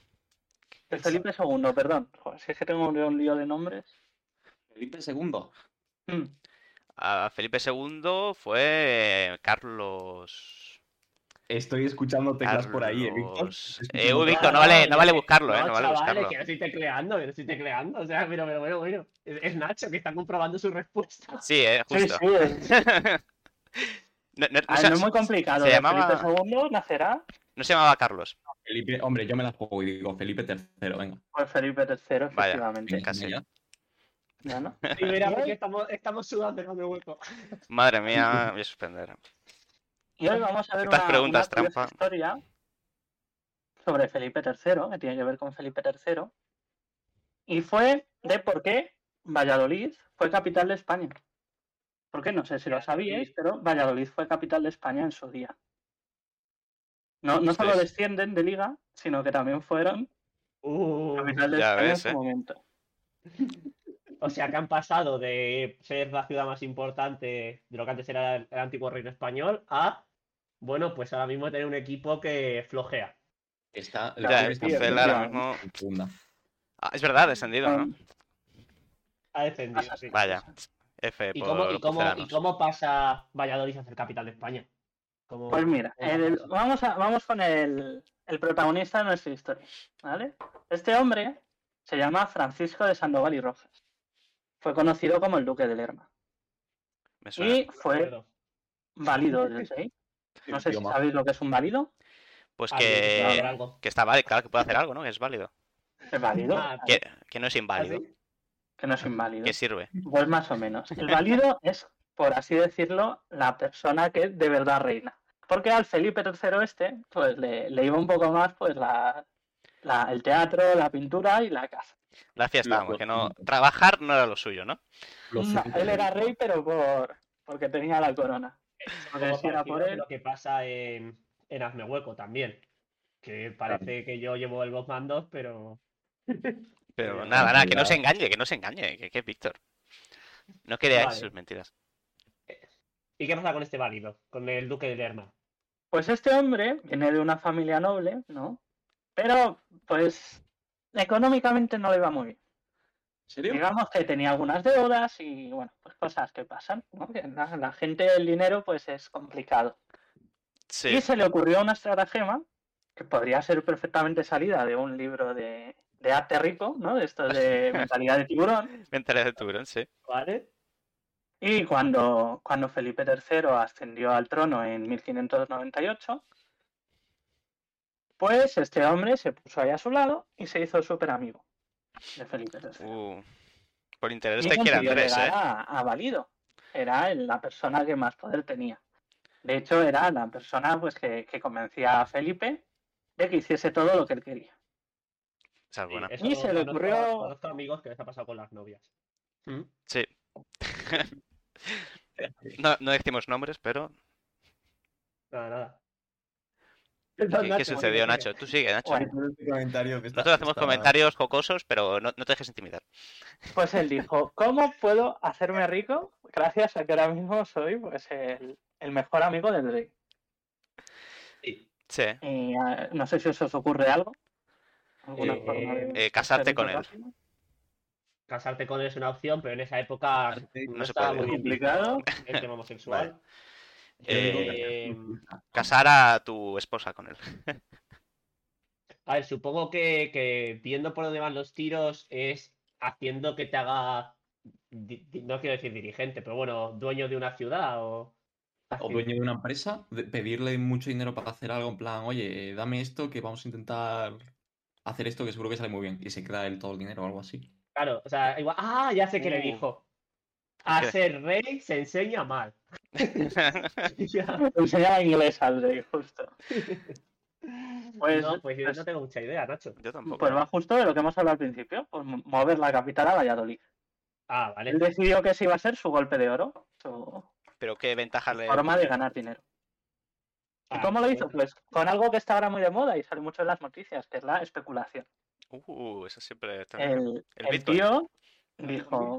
D: De Felipe II, perdón. Joder, si es que tengo un, un lío de nombres.
C: Felipe II.
D: Mm,
B: A Felipe II fue Carlos.
C: Estoy escuchando teclas por ahí, eh, Víctor.
B: Carlos-
C: Estoy
B: Eh, uy,
C: escuchando-
B: Víctor, no vale, no vale buscarlo, eh.
A: no,
B: No vale
A: chavales,
B: buscarlo.
A: que yo estoy tecleando, yo estoy tecleando. O sea, pero bueno, bueno, bueno. Es, es Nacho que está comprobando su respuesta.
B: Sí, eh,
D: Sí,
B: justo.
D: sí, es-
B: No, no- no
D: Ah,
B: se-
D: no es muy complicado.
B: se
D: de
B: llamaba-
D: Felipe II nacerá
B: no se llamaba Carlos.
C: Felipe, hombre, yo me la juego y digo Felipe III, venga.
D: por Felipe III,
B: Vaya,
D: efectivamente.
B: casi.
C: Venga.
D: Ya, ¿no?
A: Y mira, porque estamos, estamos sudando en el hueco.
B: Madre mía, voy a suspender.
D: Y hoy vamos a ver
B: Estas
D: una,
B: preguntas
D: una curiosa
B: trampa.
D: historia sobre Felipe III, que tiene que ver con Felipe III. Y fue de por qué Valladolid fue capital de España. Porque no sé si lo sabíais, pero Valladolid fue capital de España en su día. No, no solo
B: Sí.
D: descienden de liga, sino que también fueron
A: Uh,
D: capital de
B: ya
D: España
B: ves,
D: en
B: eh.
D: su momento.
A: o sea, que han pasado de ser la ciudad más importante de lo que antes era el, el antiguo reino español a, bueno, pues ahora mismo tener un equipo que flojea.
C: Está la
B: Ya, Ah.
C: primera
B: es
D: sí,
B: Cancel ahora
D: efectivamente.
B: mismo.
C: segunda.
B: Ah, es verdad, descendido, ¿no?
D: Um,
A: Ha descendido, sí.
B: Vaya. F
A: ¿Y
B: por
A: cómo, y, cómo, ¿Y
B: Pucelanos.
A: cómo pasa Valladolid a ser capital de España? Como-
D: Pues mira,
A: Venga,
D: el-
A: vamos.
D: vamos, a- vamos con el, el protagonista de nuestra historia, ¿vale? Este hombre se llama Francisco de Sandoval y Rojas. Fue conocido como el Duque de Lerma.
B: Me suena.
D: Y fue
A: Perdón.
D: válido del rey. No sé si
C: Idioma.
D: sabéis lo que es un válido.
B: Pues
A: Alguien se va a ver
B: que,
A: algo.
B: que está válido, claro que puede hacer algo, ¿no? Que es válido.
D: Es válido,
A: Ah,
D: ¿vale?
B: Que, que no es inválido,
A: ¿Así?
D: que no es inválido.
B: que sirve.
D: Pues más o menos. El válido es, por así decirlo, la persona que de verdad reina. Porque al Felipe III este, pues le, le iba un poco más pues la- la, el teatro, la pintura y la caza.
B: La fiesta,
C: Lo
B: vamos, que no.
C: siento.
B: Trabajar no era lo suyo, ¿no?
C: Lo
D: No,
C: siento.
D: él era rey, pero por porque tenía la corona.
A: Como
D: Porque si era
A: parecido
D: por
A: de
D: él.
A: Lo que pasa en, en Hazme Hueco también. Que parece que yo llevo el voz mandos, pero.
B: Pero
A: Bien,
B: nada, nada, que no
C: cuidado.
B: se engañe, que no se engañe, que, que es Víctor. No creáis
A: Vale.
B: sus mentiras.
A: ¿Y qué pasa con este válido? Con el duque de Lerma.
D: Pues este hombre viene de una familia noble, ¿no? Pero, pues, económicamente no le iba muy bien.
C: ¿En serio?
D: Digamos que tenía algunas deudas y, bueno, pues cosas que pasan, ¿no? Que la, la gente, el dinero, pues es complicado.
B: Sí,
D: Y se le ocurrió una estratagema que podría ser perfectamente salida de un libro de, de arte rico, ¿no? De esto de mentalidad de tiburón.
B: me enteré de tiburón, sí.
A: ¿Vale?
D: Y cuando, cuando Felipe III ascendió al trono en 1598, pues este hombre se puso ahí a su lado y se hizo súper amigo de Felipe III.
B: Uh, por interés
D: Y
B: te quiere
D: consiguió
B: Andrés,
D: llegar
B: ¿eh?
D: a, a Valido. Era el- la persona que más poder tenía. De hecho, era la persona pues, que, que convencía a Felipe de que hiciese todo lo que él quería.
B: Esa es buena.
A: Sí, eso
D: Y se le
A: conozco-
D: ocurrió- ¿Mm?
A: Conozco amigos que les ha pasado con las novias.
B: Sí. No, no decimos nombres, pero.
A: Nada, nada.
B: ¿Qué, qué sucedió, Nacho? Tú sigue, Nacho.
D: Bueno,
B: Nosotros hacemos comentarios jocosos, pero no, no te dejes intimidar.
D: Pues él dijo, ¿cómo puedo hacerme rico gracias a que ahora mismo soy pues, el, el mejor amigo del rey?
B: Sí.
D: Y, eh, no sé si os ocurre algo. ¿Alguna
A: Eh,
D: forma de-
A: eh,
D: de
B: casarte
D: hacer
B: con
D: rico
B: él.
D: rápido?
A: Casarte con él es una opción, pero en esa época no,
B: no se
A: estaba
B: puede.
A: muy bien
D: Complicado.
A: visto el tema homosexual. Eh,
B: Casar a tu esposa con él.
A: A ver, supongo que, que viendo por dónde van los tiros es haciendo que te haga, di- di- no quiero decir dirigente, pero bueno, dueño de una ciudad o...
C: O dueño de una empresa, de- pedirle mucho dinero para hacer algo en plan, oye, eh, dame esto que vamos a intentar hacer esto que seguro que sale muy bien. Y se queda él todo el dinero o algo así.
A: Claro, o sea, igual... Ah, ya sé que le
D: Uh.
A: dijo. A
B: ¿Qué?
A: ser rey se enseña mal. Ya.
D: Enseñaba inglés al rey, justo. Pues,
A: no, pues yo
D: pues-
A: no tengo mucha idea, Nacho.
B: Yo tampoco.
D: Pues va justo de lo que hemos hablado al principio, pues mo- mover la capital a Valladolid.
A: Ah,
D: Él
A: vale.
D: decidió que ese iba a ser su golpe de oro, su
B: Pero qué ventaja le.
D: forma de ganar dinero. ¿Y
A: Ah,
D: cómo lo hizo?
A: bueno.
D: Pues con algo que está ahora muy de moda y sale mucho en las noticias, que es la especulación.
B: Uh, eso siempre está bien.
D: El,
B: El
D: el
B: Bitcoin.
D: tío dijo,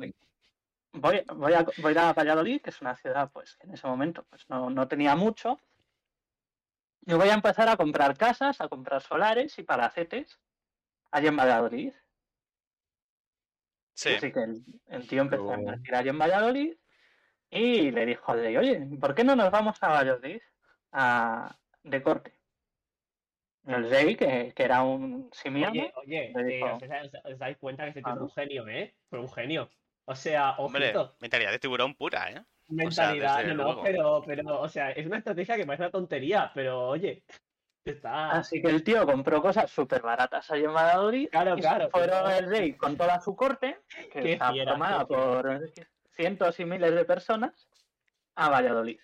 D: voy, voy, a, voy a ir a Valladolid, que es una ciudad pues que en ese momento pues, no, no tenía mucho. Yo voy a empezar a comprar casas, a comprar solares y palacetes allí en Valladolid.
B: Sí.
D: Así que el, el tío empezó a
C: Pero-
D: invertir allí en Valladolid y le dijo al de, oye, ¿por qué no nos vamos a Valladolid a- de corte? El rey, que, que era un simiano,
A: Oye, oye,
D: Le
A: eh,
D: dijo- Ah.
A: os, dais- os dais cuenta que ese tío es
D: Claro.
A: un genio, ¿eh? Fue un genio. O sea,
B: Hombre,
A: ojito,
B: mentalidad de tiburón pura, ¿eh? sea,
A: mentalidad.
B: desde
A: no,
B: luego.
A: no, pero, pero, o sea, es una estrategia que parece una tontería, pero oye, está.
D: así que el tío compró cosas súper baratas allí en Valladolid.
A: Claro,
D: y se
A: claro,
D: Fueron
A: pero-
D: el rey con toda su corte, que
A: Qué
D: está
A: fiera,
D: formada
A: qué fiera.
D: por cientos y miles de personas, a Valladolid.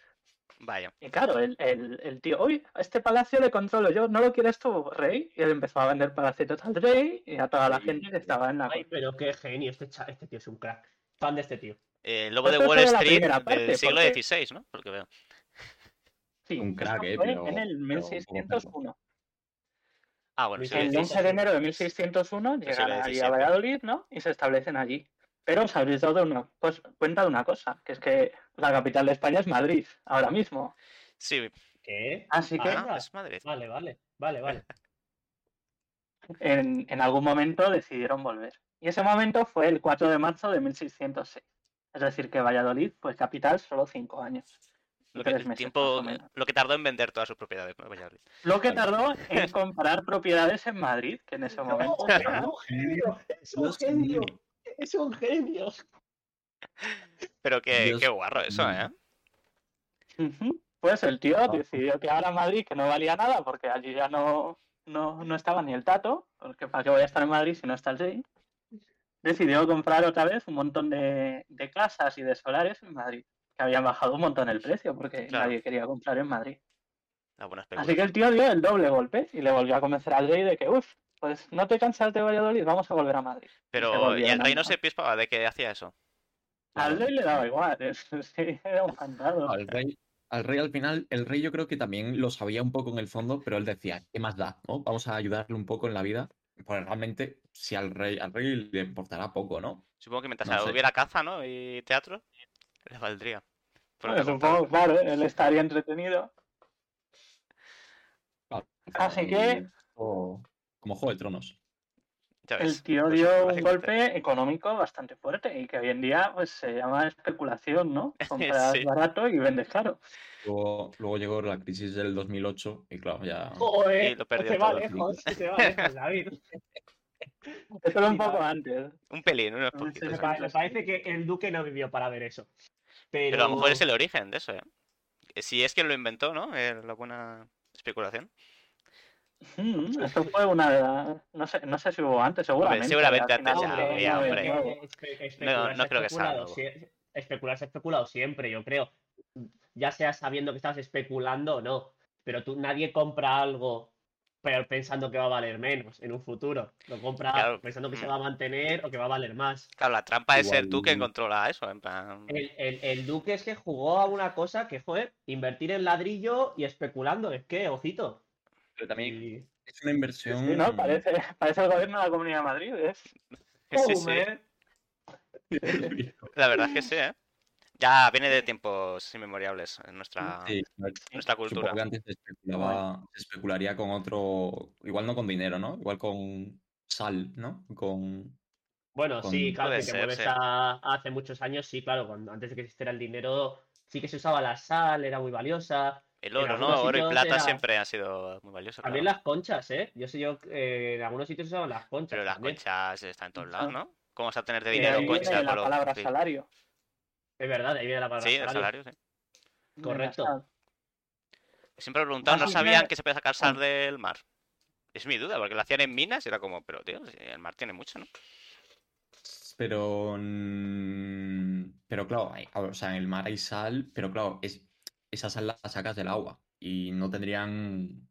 B: Vaya.
D: Y claro, el, el- el tío, oye, a este palacio le controlo yo, ¿no lo quieres tú, rey? Y él empezó a vender palacetos al rey y a toda la gente que estaba en la
A: Ay,
D: corte.
A: pero qué genio, este, cha- este tío es un crack. Fan de este tío.
B: Eh, El logo de
D: Esto
B: Wall
D: solo la
B: Street
D: primera parte,
B: del siglo
D: porque-
B: XVI, ¿no? Porque veo.
D: Sí,
C: Un crack,
D: esto
C: eh,
D: fue
C: pero-
D: En el
C: pero un
D: 1601.
B: Ah, bueno,
A: Luis
B: siglo
D: El
A: XVI.
D: 11 de enero de 1601
B: siglo
D: llegan allí a
B: XVII.
D: Valladolid, ¿no? Y se establecen allí. Pero os habréis dado una cos- cuenta de una cosa, que es que la capital de España es Madrid, ahora mismo.
B: Sí,
A: ¿Qué?
D: Así que
B: ah,
A: Anda.
B: es Madrid.
A: Vale, vale, vale, vale.
D: en, en algún momento decidieron volver. Y ese momento fue el 4 de marzo de 1606. Es decir, que Valladolid fue capital solo cinco años. y
B: Lo que,
D: tres
B: el
D: meses,
B: tiempo,
D: más o menos.
B: lo que tardó en vender todas sus propiedades. ¿no? Valladolid.
D: Lo que tardó en comprar propiedades en Madrid, que en ese Este momento.
A: No, es un genio, es un
C: Dios
A: genio,
C: mío.
A: es un genio.
B: Pero qué,
C: Dios
B: qué guarro eso,
C: mío.
B: ¿eh?
D: Ujú. Pues el tío
C: Ah.
D: decidió que ahora en Madrid, que no valía nada, porque allí ya no, no, no estaba ni el tato, porque para qué voy a estar en Madrid si no está el rey, decidió comprar otra vez un montón de, de casas y de solares en Madrid, que habían bajado un montón el precio, porque
B: Claro.
D: nadie quería comprar en Madrid.
B: La buena
D: Así que el tío dio el doble golpe y le volvió a convencer al rey de que, uff, pues no te cansas de Valladolid, vamos a volver a Madrid.
B: Pero
D: volvió
B: y el rey no
D: loco.
B: se pispaba de que hacía eso.
D: Al rey le daba igual, sí, era un fantasma.
C: Al rey, al rey al final, el rey yo creo que también lo sabía un poco en el fondo, pero él decía, ¿qué más da? ¿no? Vamos a ayudarle un poco en la vida. Pues realmente, si al rey, al rey le importará poco, ¿no?
B: Supongo que mientras
C: No sé.
B: hubiera caza, ¿no? Y teatro, le valdría. Por lo
D: Bueno,
B: que
D: supongo,
B: contaba.
D: claro, él estaría entretenido. Así que-
C: O- como Juego de Tronos.
B: Ya ves,
D: El tío
B: pues,
D: dio un
B: básicamente.
D: golpe económico bastante fuerte y que hoy en día pues se llama especulación, ¿no? Compras
B: Sí.
D: barato y vendes caro.
C: Luego, luego llegó la crisis del 2008 y claro, ya...
D: Oh.
A: Joder,
B: Y lo perdió
A: se va
B: todo.
A: lejos, se va lejos, David.
D: Esto era un
A: Sí, va.
D: poco antes.
B: Un pelín, unos
D: No sé,
B: poquitos. ¿eh?
A: Me
D: Eso
A: pa-
D: es
A: me
D: así.
A: parece que el duque no vivió para ver eso. Pero,
B: Pero a lo mejor es el origen de eso, ¿eh? Que Si es quien lo inventó, ¿no? Eh, la buena especulación.
D: Mm, Esto fue una de las... No sé, no sé si hubo antes, seguramente.
B: seguramente
D: al final
B: antes
D: fue
B: ya
D: en
B: habría, hombre.
D: 99.
B: No, no creo que sea
A: especulado,
B: nuevo.
A: sie- Especular se ha especulado siempre, yo creo. Ya sea sabiendo que estás especulando o no. Pero tú, nadie compra algo pero pensando que va a valer menos en un futuro. Lo compra
B: Claro.
A: pensando que se
B: Mm.
A: va a mantener o que va a valer más.
B: Claro, la trampa es ser tú quien
C: Igual-
B: controla eso, en plan.
A: El, el- el Duque es que jugó a una cosa que, joder, invertir en ladrillo y especulando. Es que, ojito.
C: Pero también
A: Y-
C: es una inversión...
D: Sí, ¿no? Parece, parece el gobierno de la Comunidad de Madrid, ¿ves?
B: Sí,
A: Oh,
B: sí,
D: ¿eh?
A: man.
B: la verdad es que sí, ¿eh? Ya viene de tiempos inmemorables en nuestra,
C: Sí,
B: nuestra
C: Supongo
B: cultura.
C: que antes se, especulaba- se especularía con otro, igual no con dinero, ¿no? Igual con sal, ¿no? Con...
A: Bueno, sí,
C: Con-
A: claro,
B: Puede
A: si te
B: ser,
A: mueves
B: sí.
A: a, a hace muchos años, sí, claro, cuando, antes de que existiera el dinero, sí que se usaba la sal, era muy valiosa.
B: El
A: En
B: oro,
A: algunos
B: ¿no? Oro y
A: sitios
B: plata
A: era-
B: siempre han sido muy valiosos.
A: También
B: claro.
A: las conchas, ¿eh? Yo sé yo, eh, en algunos sitios se usaban las conchas.
B: Pero las
A: también.
B: conchas están en todos
D: Concha.
B: lados, ¿no? ¿Cómo vas a tener de
A: Sí,
B: dinero
A: ahí viene
B: conchas?
D: la
B: por lo-
D: palabra
B: sí.
D: salario.
A: Es verdad, ahí viene la palabra.
B: Sí, el
A: salario.
B: salario, sí.
A: Correcto.
D: Venga, sal.
B: Siempre me he preguntado, no
D: Así que-
B: sabían que se podía sacar sal del mar. Es mi duda, porque lo hacían en minas y era como, pero tío, si el mar tiene mucho, ¿no?
C: Pero... mm, Pero claro, hay- o sea, en el mar hay sal, pero claro, es, esa sal la sacas del agua y no tendrían...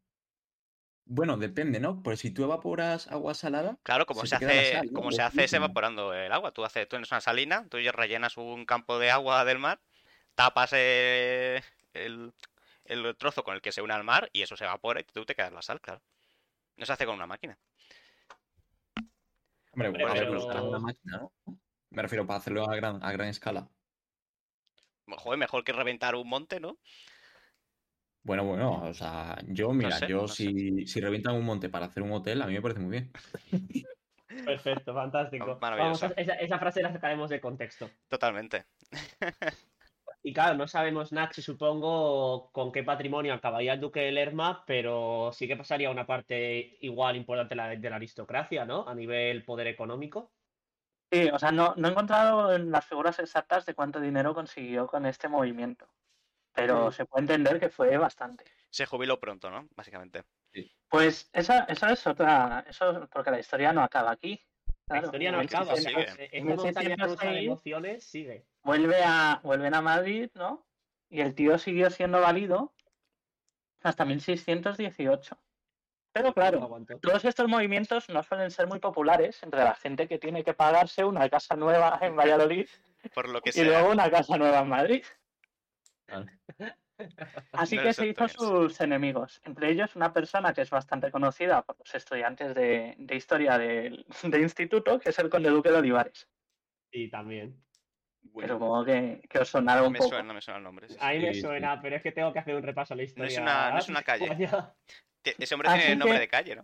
C: Bueno, depende, ¿no? Porque si tú evaporas agua salada,
B: Claro, como
C: Se
B: se,
C: te queda la
B: hace,
C: sal, ¿no?
B: como se hace es
C: Buenísimo.
B: evaporando el agua. Tú haces, tú tienes una salina, tú ya rellenas un campo de agua del mar, tapas eh, el, el trozo con el que se une al mar y eso se evapora y tú te quedas la sal, claro. No se hace con una máquina.
C: hombre,
A: Hombre,
C: para
A: pero-
C: reemplazar una máquina, ¿no? Me refiero para hacerlo a gran, a gran escala.
B: Joder, mejor que reventar un monte, ¿no?
C: Bueno, bueno, o sea, yo, mira,
B: sé,
C: yo
B: no sé.
C: si, si revientan un monte para hacer un hotel, a mí me parece muy bien.
A: Perfecto, fantástico. Vamos,
B: Maravilloso.
A: a- esa, esa frase la sacaremos de contexto.
B: Totalmente.
A: Y claro, no sabemos, Nachi, supongo, con qué patrimonio acabaría el duque de Lerma, pero sí que pasaría una parte igual importante la de, de la aristocracia, ¿no? A nivel poder económico.
D: Sí, o sea, no, no he encontrado en las figuras exactas de cuánto dinero consiguió con este movimiento, pero
A: Mm.
D: se puede entender que fue bastante.
B: Se jubiló pronto, ¿no? Básicamente.
D: Pues esa, eso es otra, eso es porque la historia no acaba aquí.
A: La
D: claro.
A: historia no
D: En
A: acaba.
B: sigue.
D: 1600,
A: Esta esta montaña rusa de
D: 1606
A: emociones sigue.
D: vuelve a, vuelven a Madrid, ¿no? Y el tío siguió siendo válido hasta 1618. Pero
A: No
D: claro,
A: aguanto.
D: todos estos movimientos no suelen ser muy populares entre la gente que tiene que pagarse una casa nueva en Valladolid
B: Por lo que
D: y
B: sea.
D: luego una casa nueva en Madrid.
C: Claro.
D: Así
B: No
D: que
B: eres
D: se hizo
B: actores.
D: sus enemigos, entre ellos una persona que es bastante conocida por los estudiantes de, de historia del de instituto, que es el conde duque de Olivares.
A: Sí, también.
D: Que supongo que, que os sonará
B: No
D: un
B: me
D: poco.
B: suena, no me suena el nombre. sí, sí.
A: A mí me
C: Sí, sí.
A: suena, pero es que tengo que hacer un repaso a la
B: No es
A: historia.
B: una, no es una calle.
A: española.
B: Te- Ese hombre
D: Así
B: tiene nombre
D: que-
B: de calle, ¿no?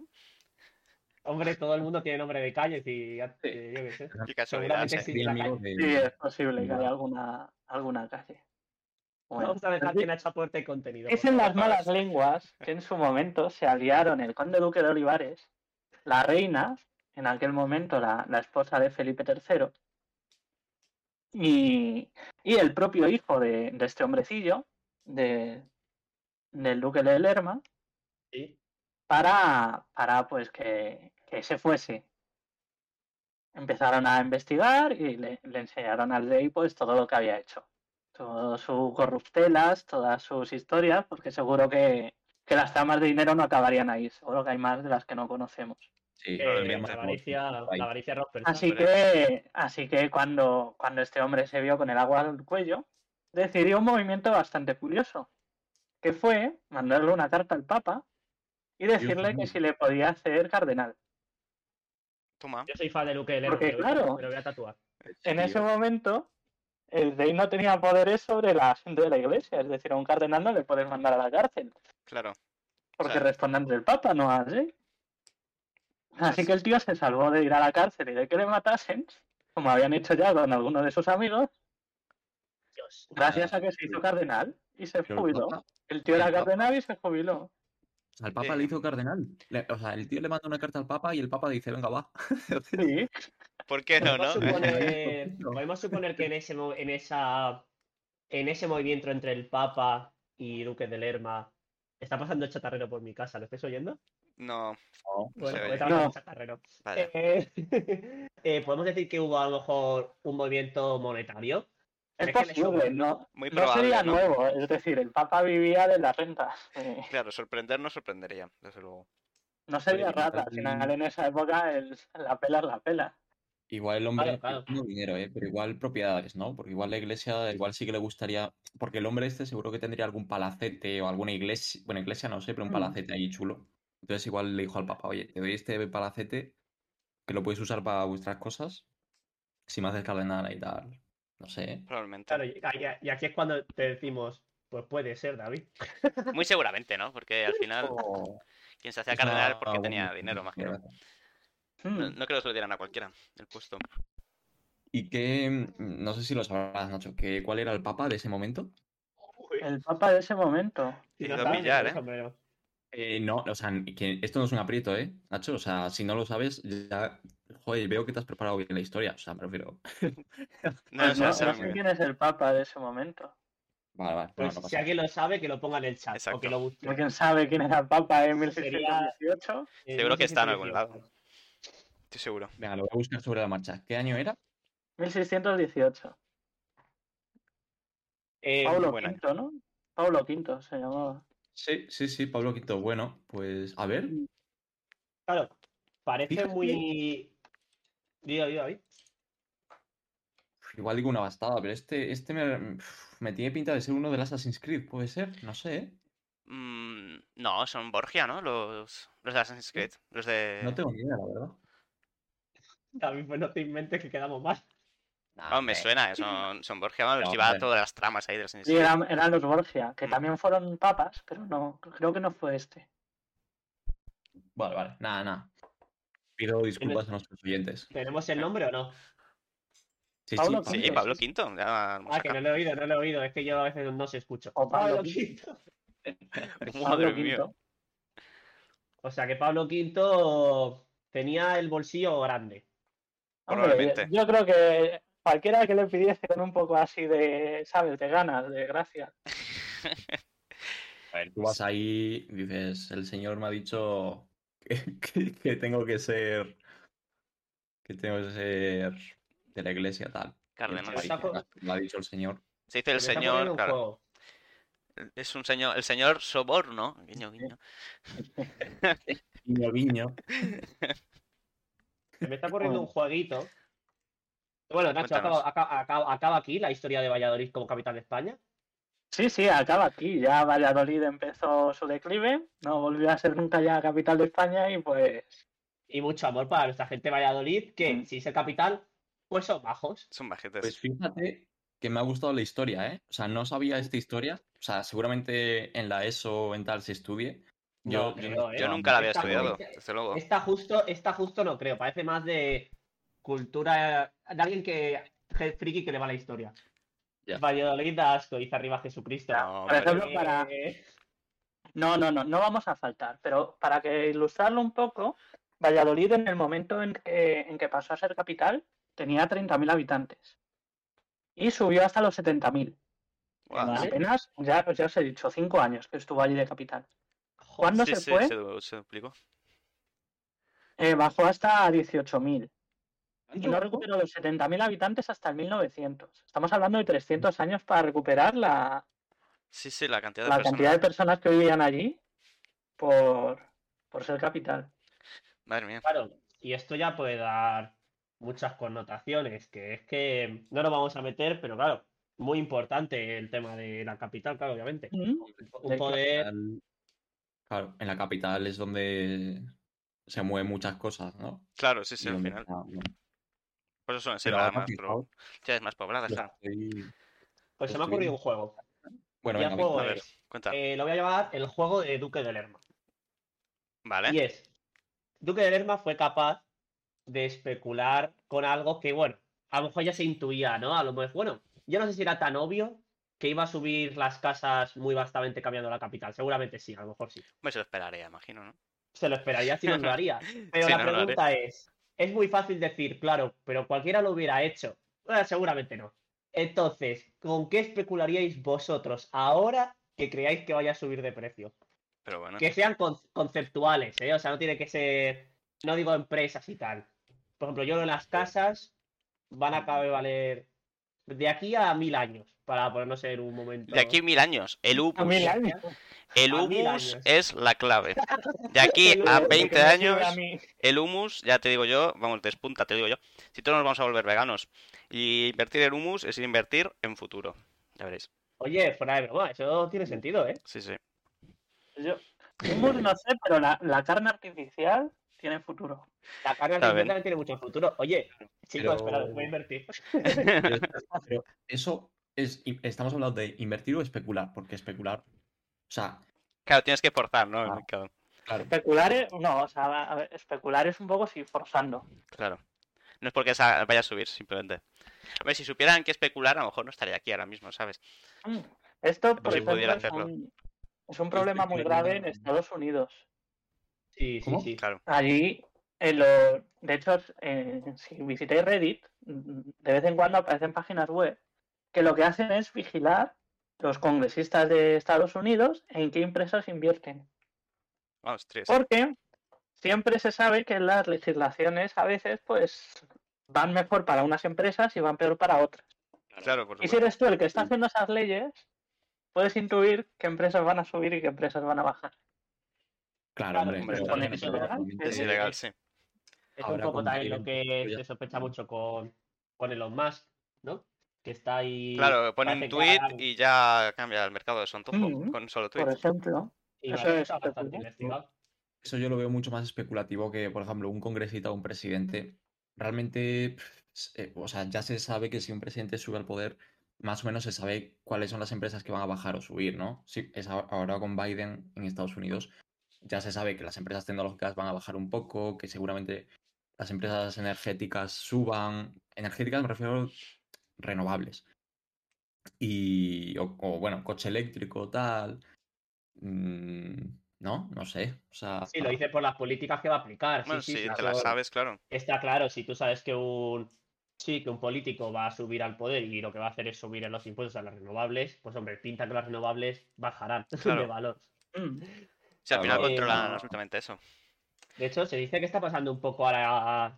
A: Hombre, todo el mundo tiene nombre de calles y ya-
C: Sí.
A: eh, yo qué sé.
B: Qué casualidad.
A: Seguramente
B: sí.
A: sí.
C: Bien
A: la
C: amigo de-
D: Sí, es posible que
C: Vale.
D: haya alguna, alguna calle. Bueno,
A: Vamos a dejar que
D: entonces,
A: Nacho aporte contenido. por
D: dicen las
A: favor.
D: malas lenguas que en su momento se aliaron el conde duque de Olivares, la reina, en aquel momento la, la esposa de Felipe III, y, y el propio hijo de, de este hombrecillo, de, del duque de Lerma,
A: Sí.
D: para, para pues que, que se fuese. Empezaron a investigar y le, le enseñaron al rey pues todo lo que había hecho. Todas sus corruptelas, todas sus historias, porque seguro que, que las tramas de dinero no acabarían ahí. Seguro que hay más de las que no conocemos.
C: Sí,
A: Eh,
C: tendría
A: la
C: más
A: avaricia, la,
C: ahí.
A: la avaricia Rosper.
D: Así que, así que cuando, cuando este hombre se vio con el agua al cuello, decidió un movimiento bastante curioso, que fue mandarle una carta al Papa y decirle que
C: mío.
D: si le podía hacer cardenal.
B: Toma.
A: Yo soy fan de Luke Lerma,
D: Porque,
A: me lo voy a-
D: claro.
A: me lo voy a tatuar.
D: en
C: Sí,
D: ese
C: yo-
D: momento el rey no tenía poderes sobre la gente de la iglesia, es decir, a un cardenal no le puedes mandar a la cárcel,
B: Claro.
D: porque
B: Claro.
D: responde ante el papa, no al rey. Así que el tío se salvó de ir a la cárcel y de que le matasen, como habían hecho ya con alguno de sus amigos,
A: Dios.
D: gracias a que se hizo cardenal y se
C: Pero el
D: jubiló.
C: Papa,
D: El tío era
C: el Papa-
D: cardenal y se jubiló.
C: o sea, al Papa le
B: Eh,
C: hizo cardenal. Le- o sea, el tío le manda una carta al Papa y el Papa dice, venga, va.
D: Sí,
B: ¿Por qué no,
A: Podemos
B: no?
A: suponer,
C: No.
A: podemos suponer que en ese, mo- en, esa, en ese movimiento entre el Papa y Duque de Lerma está pasando el chatarrero por mi casa. ¿Lo estáis oyendo?
B: No. No
A: Bueno,
B: se
A: pues
B: oye.
A: está pasando el
D: No.
A: chatarrero.
B: Vaya.
A: Eh, eh, podemos decir que hubo a lo mejor un movimiento monetario.
D: es
A: ¿Crees que le sobra?
D: posible, no,
B: Muy
D: no sería
B: probable, ¿no?
D: nuevo, es decir, el papa vivía de las rentas. eh,
B: Claro, sorprender no sorprendería, desde luego.
D: No sería
C: Hombre,
D: rata, al
C: también-
D: final en esa época el- la pela es la pela.
C: Igual el hombre
A: Claro, claro.
C: no dinero, ¿eh? pero igual propiedades, ¿no? Porque igual la iglesia, igual sí que le gustaría, porque el hombre este seguro que tendría algún palacete o alguna iglesia, bueno, iglesia no sé, pero un
D: Mm.
C: palacete ahí chulo. Entonces igual le dijo al papá, oye, te doy este palacete que lo podéis usar para vuestras cosas, si me haces cardenal y tal, no sé.
B: Probablemente.
A: Claro, y y- y aquí es cuando te decimos, pues puede ser, David.
B: Muy seguramente, ¿no? Porque al final
C: O
B: quien se hacía
C: es
B: cardenal
C: una
B: porque
C: buena
B: tenía dinero más que nada.
C: idea.
B: No,
D: Hmm.
B: no creo que se lo dieran a cualquiera el puesto.
C: Y que, mm, no sé si lo sabrás, Nacho, que cuál era el papa de ese momento.
D: El papa de ese momento.
A: Si
B: He
A: no
B: ido a
A: sabes, pues,
B: pillar,
A: no,
B: ¿eh?
A: sombrero.
C: Eh, no, o sea, que esto no es un aprieto, ¿eh, Nacho? O sea, si no lo sabes, ya, joder, veo que te has preparado bien la historia. O sea, me refiero.
B: No, no,
D: Ah, No, Pues no
B: se lo sabe muy
D: sé
B: bien.
D: quién es el papa de ese momento.
C: Vale, vale, no,
A: Pues
C: no
A: si
C: pasa nada.
A: alguien lo sabe, que lo ponga en el chat.
B: Exacto.
A: O que lo busque.
D: No, ¿Quién sabe quién era el papa en
A: Sería-
D: 1618?
A: Eh,
B: Seguro
A: no
B: que
A: sé si
B: está en
A: te
B: algún
A: decía.
B: lado. Estoy seguro.
C: Venga, lo voy a buscar sobre la marcha. ¿Qué año era?
D: 1618.
A: Eh,
D: Paulo
B: buen año.
D: V, ¿no? Paulo V se llamaba.
C: Sí, sí, sí, Pablo Quinto. Bueno, pues a ver.
A: Claro, parece
C: Fíjate.
A: muy. Digo, digo, David.
C: Igual digo una bastada, pero este, este me, me tiene pinta de ser uno del Assassin's Creed, puede ser, no sé, ¿eh?
B: Mm, no, son Borgia, ¿no? Los, los de Assassin's Creed. Los de.
C: No tengo ni idea, la verdad.
A: David, pues no te inventes que quedamos mal.
B: Ah, me suena, eh, son, son Borgia, vamos,
C: No,
B: lleva
C: hombre.
B: todas las tramas ahí de Assassin's
D: Sí,
B: Creed.
D: eran, eran los Borgia, que
B: Mm.
D: también fueron papas, pero no, creo que no fue este.
C: Vale, vale, nada, nada. Pido disculpas a nuestros oyentes.
A: ¿Tenemos el nombre o no?
C: Sí,
D: Pablo
C: sí,
B: Sí,
D: Quinto,
B: Pablo
D: sí, sí.
B: Quinto. ya hemos
A: Ah, que
B: acá.
A: no lo he oído, no lo he oído. Es que yo a veces no se escucho.
D: O Pablo
A: Pablo
D: Quinto.
A: Quinto.
B: Madre
D: Pablo
B: mía.
D: Quinto.
A: O sea que Pablo Quinto tenía el bolsillo grande.
D: Hombre,
B: Probablemente.
D: Yo creo que cualquiera que le pidiese con un poco así de, ¿sabes? De ganas, de gracia.
C: A ver, tú vas Pues ahí, dices, el señor me ha dicho que, que- que tengo que ser. Que tengo que ser de la iglesia, tal. Y el
B: Cardenal.
C: chaval
A: Este Está
C: dice,
A: por-
C: Me ha dicho el señor.
B: Se dice el
A: Empieza a poner
B: señor,
A: un
B: claro.
A: juego.
B: el- Es un señor, el señor soborno. Guiño, guiño.
C: Guiño, guiño.
A: Se me está ocurriendo un jueguito. Bueno, Nacho,
B: Cuéntanos.
A: acaba, acaba- acaba- acaba aquí la historia de Valladolid como capital de España.
D: Sí, sí, acaba aquí. Ya Valladolid empezó su declive, no volvió a ser nunca ya capital de España y pues
A: Y mucho amor para nuestra gente de Valladolid, que
C: Mm.
A: si es el capital, pues son bajos.
B: Son bajetes.
C: Pues fíjate que me ha gustado la historia, ¿eh? O sea, no sabía esta historia. O sea, seguramente en la ESO o en tal se estudie.
A: No
C: Yo, yo
A: creo, ¿eh?
B: Yo
C: no-
B: nunca la había
A: Está- Este
B: estudiado,
A: está-
B: desde luego.
A: Está justo, está justo no creo. Parece más de cultura de alguien que que friki que le va la historia.
C: Ya.
A: Valladolid da asco, dice arriba Jesucristo.
B: No,
D: por ejemplo,
B: hombre.
D: para-
A: Eh,
D: No, no, no, no vamos a faltar, pero para que ilustrarlo un poco, Valladolid en el momento en que, en que pasó a ser capital tenía 30.000 habitantes y subió hasta los 70.000.
B: Guau,
A: Vale.
D: Apenas, ya, pues ya os he dicho, cinco años que estuvo allí de capital. ¿Cuándo
B: Sí,
D: se
B: sí,
D: fue?
B: se, du- se duplicó.
D: Eh, bajó hasta 18.000 y
C: ¿Tanto?
D: no recuperó los 70.000 habitantes hasta el 1900. Estamos hablando de 300 años para recuperar la,
B: Sí, sí, la cantidad de
D: la
B: personas.
D: cantidad de personas que vivían allí por, por ser capital.
B: Madre mía.
A: Claro, y esto ya puede dar muchas connotaciones, que es que no nos vamos a meter, pero claro, muy importante el tema de la capital, claro, obviamente.
D: Ujú.
A: Un poder,
C: capital- Claro, en la capital es donde se mueven muchas cosas, ¿no?
B: Claro, sí, sí,
C: Y
B: al
C: donde
B: final.
C: está- bueno,
B: Por eso suelen ser
C: pero
B: ahora
C: ahora
B: más, pro-
C: fijaos,
B: ciudades más pobladas,
C: yo
B: claro.
C: estoy-
A: pues se me ha ocurrido un juego.
C: Bueno,
A: Ya
C: venga,
A: juego
B: A ver,
A: es,
B: cuenta.
A: eh, lo voy a llamar el juego de Duque de Lerma.
B: Vale.
A: Y es, Duque de Lerma fue capaz de especular con algo que, bueno, a lo mejor ya se intuía, ¿no? A lo mejor, bueno, yo no sé si era tan obvio que iba a subir las casas muy vastamente cambiando la capital. Seguramente sí, a lo mejor sí.
B: Me se lo esperaría, imagino, ¿no?
A: Se lo esperaría si no lo haría. Pero
B: Sí,
A: la
B: no, no, haré.
A: pregunta es, es muy fácil decir, claro, pero cualquiera lo hubiera hecho. Bueno, seguramente no. Entonces, ¿con qué especularíais vosotros ahora que creáis que vaya a subir de precio?
B: Pero bueno.
A: Que sean con- conceptuales, ¿eh? O sea, no tiene que ser, no digo empresas y tal. Por ejemplo, yo en las casas van a acabar de valer de aquí a mil años, para ponernos en un momento.
B: De aquí a mil años, el
D: A
B: humus.
D: mil años.
B: El
A: a mil
B: humus
A: años.
B: es la clave. De aquí
A: El
B: a
A: humus,
B: 20
D: Que me
B: años,
D: sube a mí.
B: el humus, ya te digo yo, vamos, despunta, te digo yo. Si todos nos vamos a volver veganos. Y invertir en humus es invertir en futuro. Ya veréis.
A: Oye, fuera de broma, eso tiene sentido, ¿eh?
B: Sí, sí.
D: Yo, hummus no sé, pero la, la carne artificial tiene futuro.
A: La carga
B: Está
A: artificial
B: bien.
A: también tiene mucho futuro. Oye, chicos,
C: Pero-
A: esperad, voy a invertir.
C: Pero es- pero eso es, y- estamos hablando de invertir o especular, porque especular, o sea,
B: Claro, tienes que forzar, ¿no? El
C: Ah.
B: mercado.
C: claro,
D: Especular es, no, o sea, va- a ver, especular es un poco sí, forzando.
B: Claro. No es porque sa- vaya a subir, simplemente. A ver, si supieran que especular, a lo mejor no estaría aquí ahora mismo, ¿sabes?
D: Mm. Esto, por
B: Si
D: ejemplo,
B: pudiera
D: es
B: hacerlo.
D: un, es un problema muy
C: Especular.
D: grave en Estados Unidos.
A: Sí, sí,
C: ¿Cómo?
A: sí.
B: Claro.
D: Allí, en lo- de hecho, eh, si visitáis Reddit, mm, de vez en cuando aparecen páginas web que lo que hacen es vigilar los congresistas de Estados Unidos en qué empresas invierten.
B: Vamos, tres.
D: Porque siempre se sabe que las legislaciones a veces pues van mejor para unas empresas y van peor para otras.
B: Claro, por
D: Y si
B: supuesto.
D: eres tú el que está haciendo esas leyes, puedes intuir qué empresas van a subir y qué empresas van a bajar.
C: Claro, hombre.
B: hombre,
C: pero
B: con
C: también
D: eso
C: es verdad,
D: legal,
C: obviamente,
B: Es
D: Sí,
B: ilegal, sí.
A: Es
C: Ahora
A: un poco
C: con
A: también lo
C: el-
A: que
C: ya-
A: se sospecha mucho con, con Elon Musk, ¿no? Que está ahí.
B: Claro, pone
A: parece
B: un
A: que
B: tweet
A: hagan-
B: y ya cambia el mercado de su antojo
D: Mm,
B: con solo
D: Por
B: tweets.
D: ejemplo,
A: y
D: eso
A: parece que
D: es
A: está bastante
D: especulativo.
A: investigado.
C: Eso yo lo veo mucho más especulativo que, por ejemplo, un congresista o un presidente. Realmente, pf, s- eh, o sea, ya se sabe que si un presidente sube al poder, más o menos se sabe cuáles son las empresas que van a bajar o subir, ¿no? Sí, es ahora- ahora con Biden en Estados Unidos, ya se sabe que las empresas tecnológicas van a bajar un poco, que seguramente las empresas energéticas suban. Energéticas me refiero renovables. Y, o, o, bueno, coche eléctrico, tal. Mm, no, no sé. O sea,
A: Sí, lo dice por las políticas que va a aplicar.
B: Bueno,
A: sí, sí,
B: si
A: sí,
B: te la
A: eso
B: sabes, claro.
A: Está claro, si tú sabes que un. Sí, que un político va a subir al poder y lo que va a hacer es subir en los impuestos a las renovables, pues hombre, pinta que las renovables bajarán
B: Claro.
A: de valor.
D: mm,
B: Si al
C: Claro,
B: final
A: claro.
B: controlan
C: Eh,
B: absolutamente eso.
A: De hecho, se dice que está pasando un poco ahora.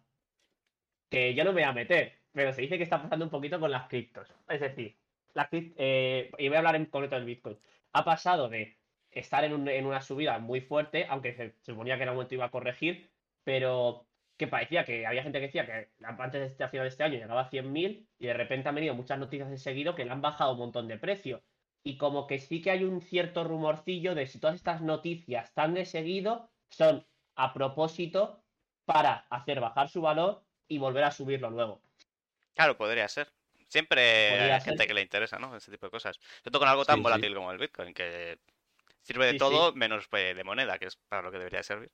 A: Que yo no me voy a meter, pero se dice que está pasando un poquito con las criptos. Es decir, las cript- eh, y voy a hablar en concreto del Bitcoin. Ha pasado de estar en, un- en una subida muy fuerte, aunque se, se suponía que en algún momento iba a corregir, pero que parecía que había gente que decía que antes de este, a final de este año llegaba a 100.000 y de repente han venido muchas noticias de seguido que le han bajado un montón de precio. Y como que sí que hay un cierto rumorcillo de si todas estas noticias tan de seguido son a propósito para hacer bajar su valor y volver a subirlo luego.
B: Claro, podría ser. Siempre
A: Podría
B: hay gente
A: ser.
B: que le interesa, ¿no? Ese tipo de cosas. Sobre todo con algo tan
C: Sí, sí.
B: volátil como el Bitcoin, que sirve de
A: Sí, sí.
B: todo menos pues, de moneda, que es para lo que debería servir.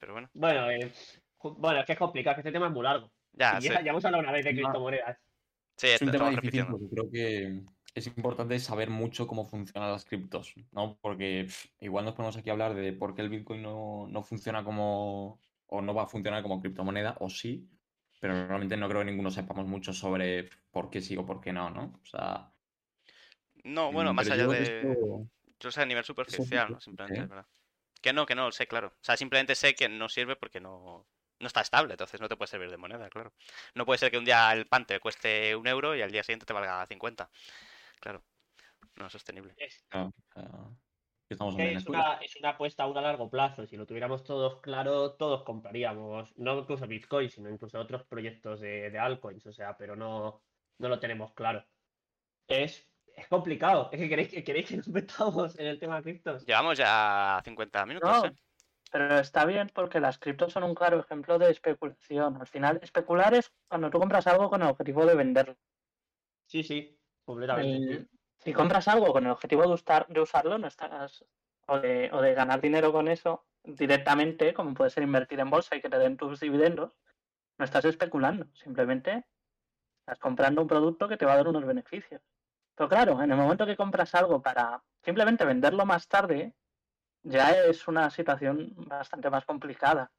B: Pero bueno,
A: Bueno, eh, ju- bueno, es que es complicado, es que este tema es muy largo.
B: ya,
A: Y
B: Ah, sí.
A: ya, ya hemos hablado una vez de
C: No.
A: criptomonedas.
B: Sí,
C: es un
B: esto
C: tema
B: estamos
C: difícil
B: repitiendo.
C: porque creo que es importante saber mucho cómo funcionan las criptos, ¿no? Porque pf, igual nos ponemos aquí a hablar de por qué el Bitcoin no, no funciona como, o no va a funcionar como criptomoneda, o sí, pero realmente no creo que ninguno sepamos mucho sobre pf, por qué sí o por qué no, ¿no? O sea,
B: No, bueno,
C: mm,
B: más
C: pero
B: allá
C: yo creo que
B: de...
C: esto-
B: Yo sé a nivel superficial, ¿no?
C: difícil,
B: Simplemente,
C: ¿eh?
B: es verdad. Que no, que no, lo sé, claro. O sea, simplemente sé que no sirve porque no, no está estable, entonces no te puede servir de moneda, claro. No puede ser que un día el pan te cueste un euro y al día siguiente te valga 50. Claro, no es sostenible.
A: Es,
C: claro, o sea, eh, que estamos
A: que
C: en
A: es
C: Venezuela.
A: una, es una apuesta aún a largo plazo. Si lo tuviéramos todos claro, todos compraríamos, no incluso Bitcoin, sino incluso otros proyectos de, de altcoins, o sea, pero no, no lo tenemos claro. Es, es complicado. Es que queréis, que queréis que nos metamos en el tema criptos.
B: Llevamos ya a 50 minutos,
D: No,
B: ¿eh?
D: pero está bien porque las criptos son un claro ejemplo de especulación. Al final, especular es cuando tú compras algo con el objetivo de venderlo.
A: Sí, sí, completamente.
D: El- Eh, si compras algo con el objetivo de, usar- de usarlo, no estás o de, o de ganar dinero con eso directamente, como puede ser invertir en bolsa y que te den tus dividendos, no estás especulando, simplemente estás comprando un producto que te va a dar unos beneficios. Pero claro, en el momento que compras algo para simplemente venderlo más tarde, ya es una situación bastante más complicada.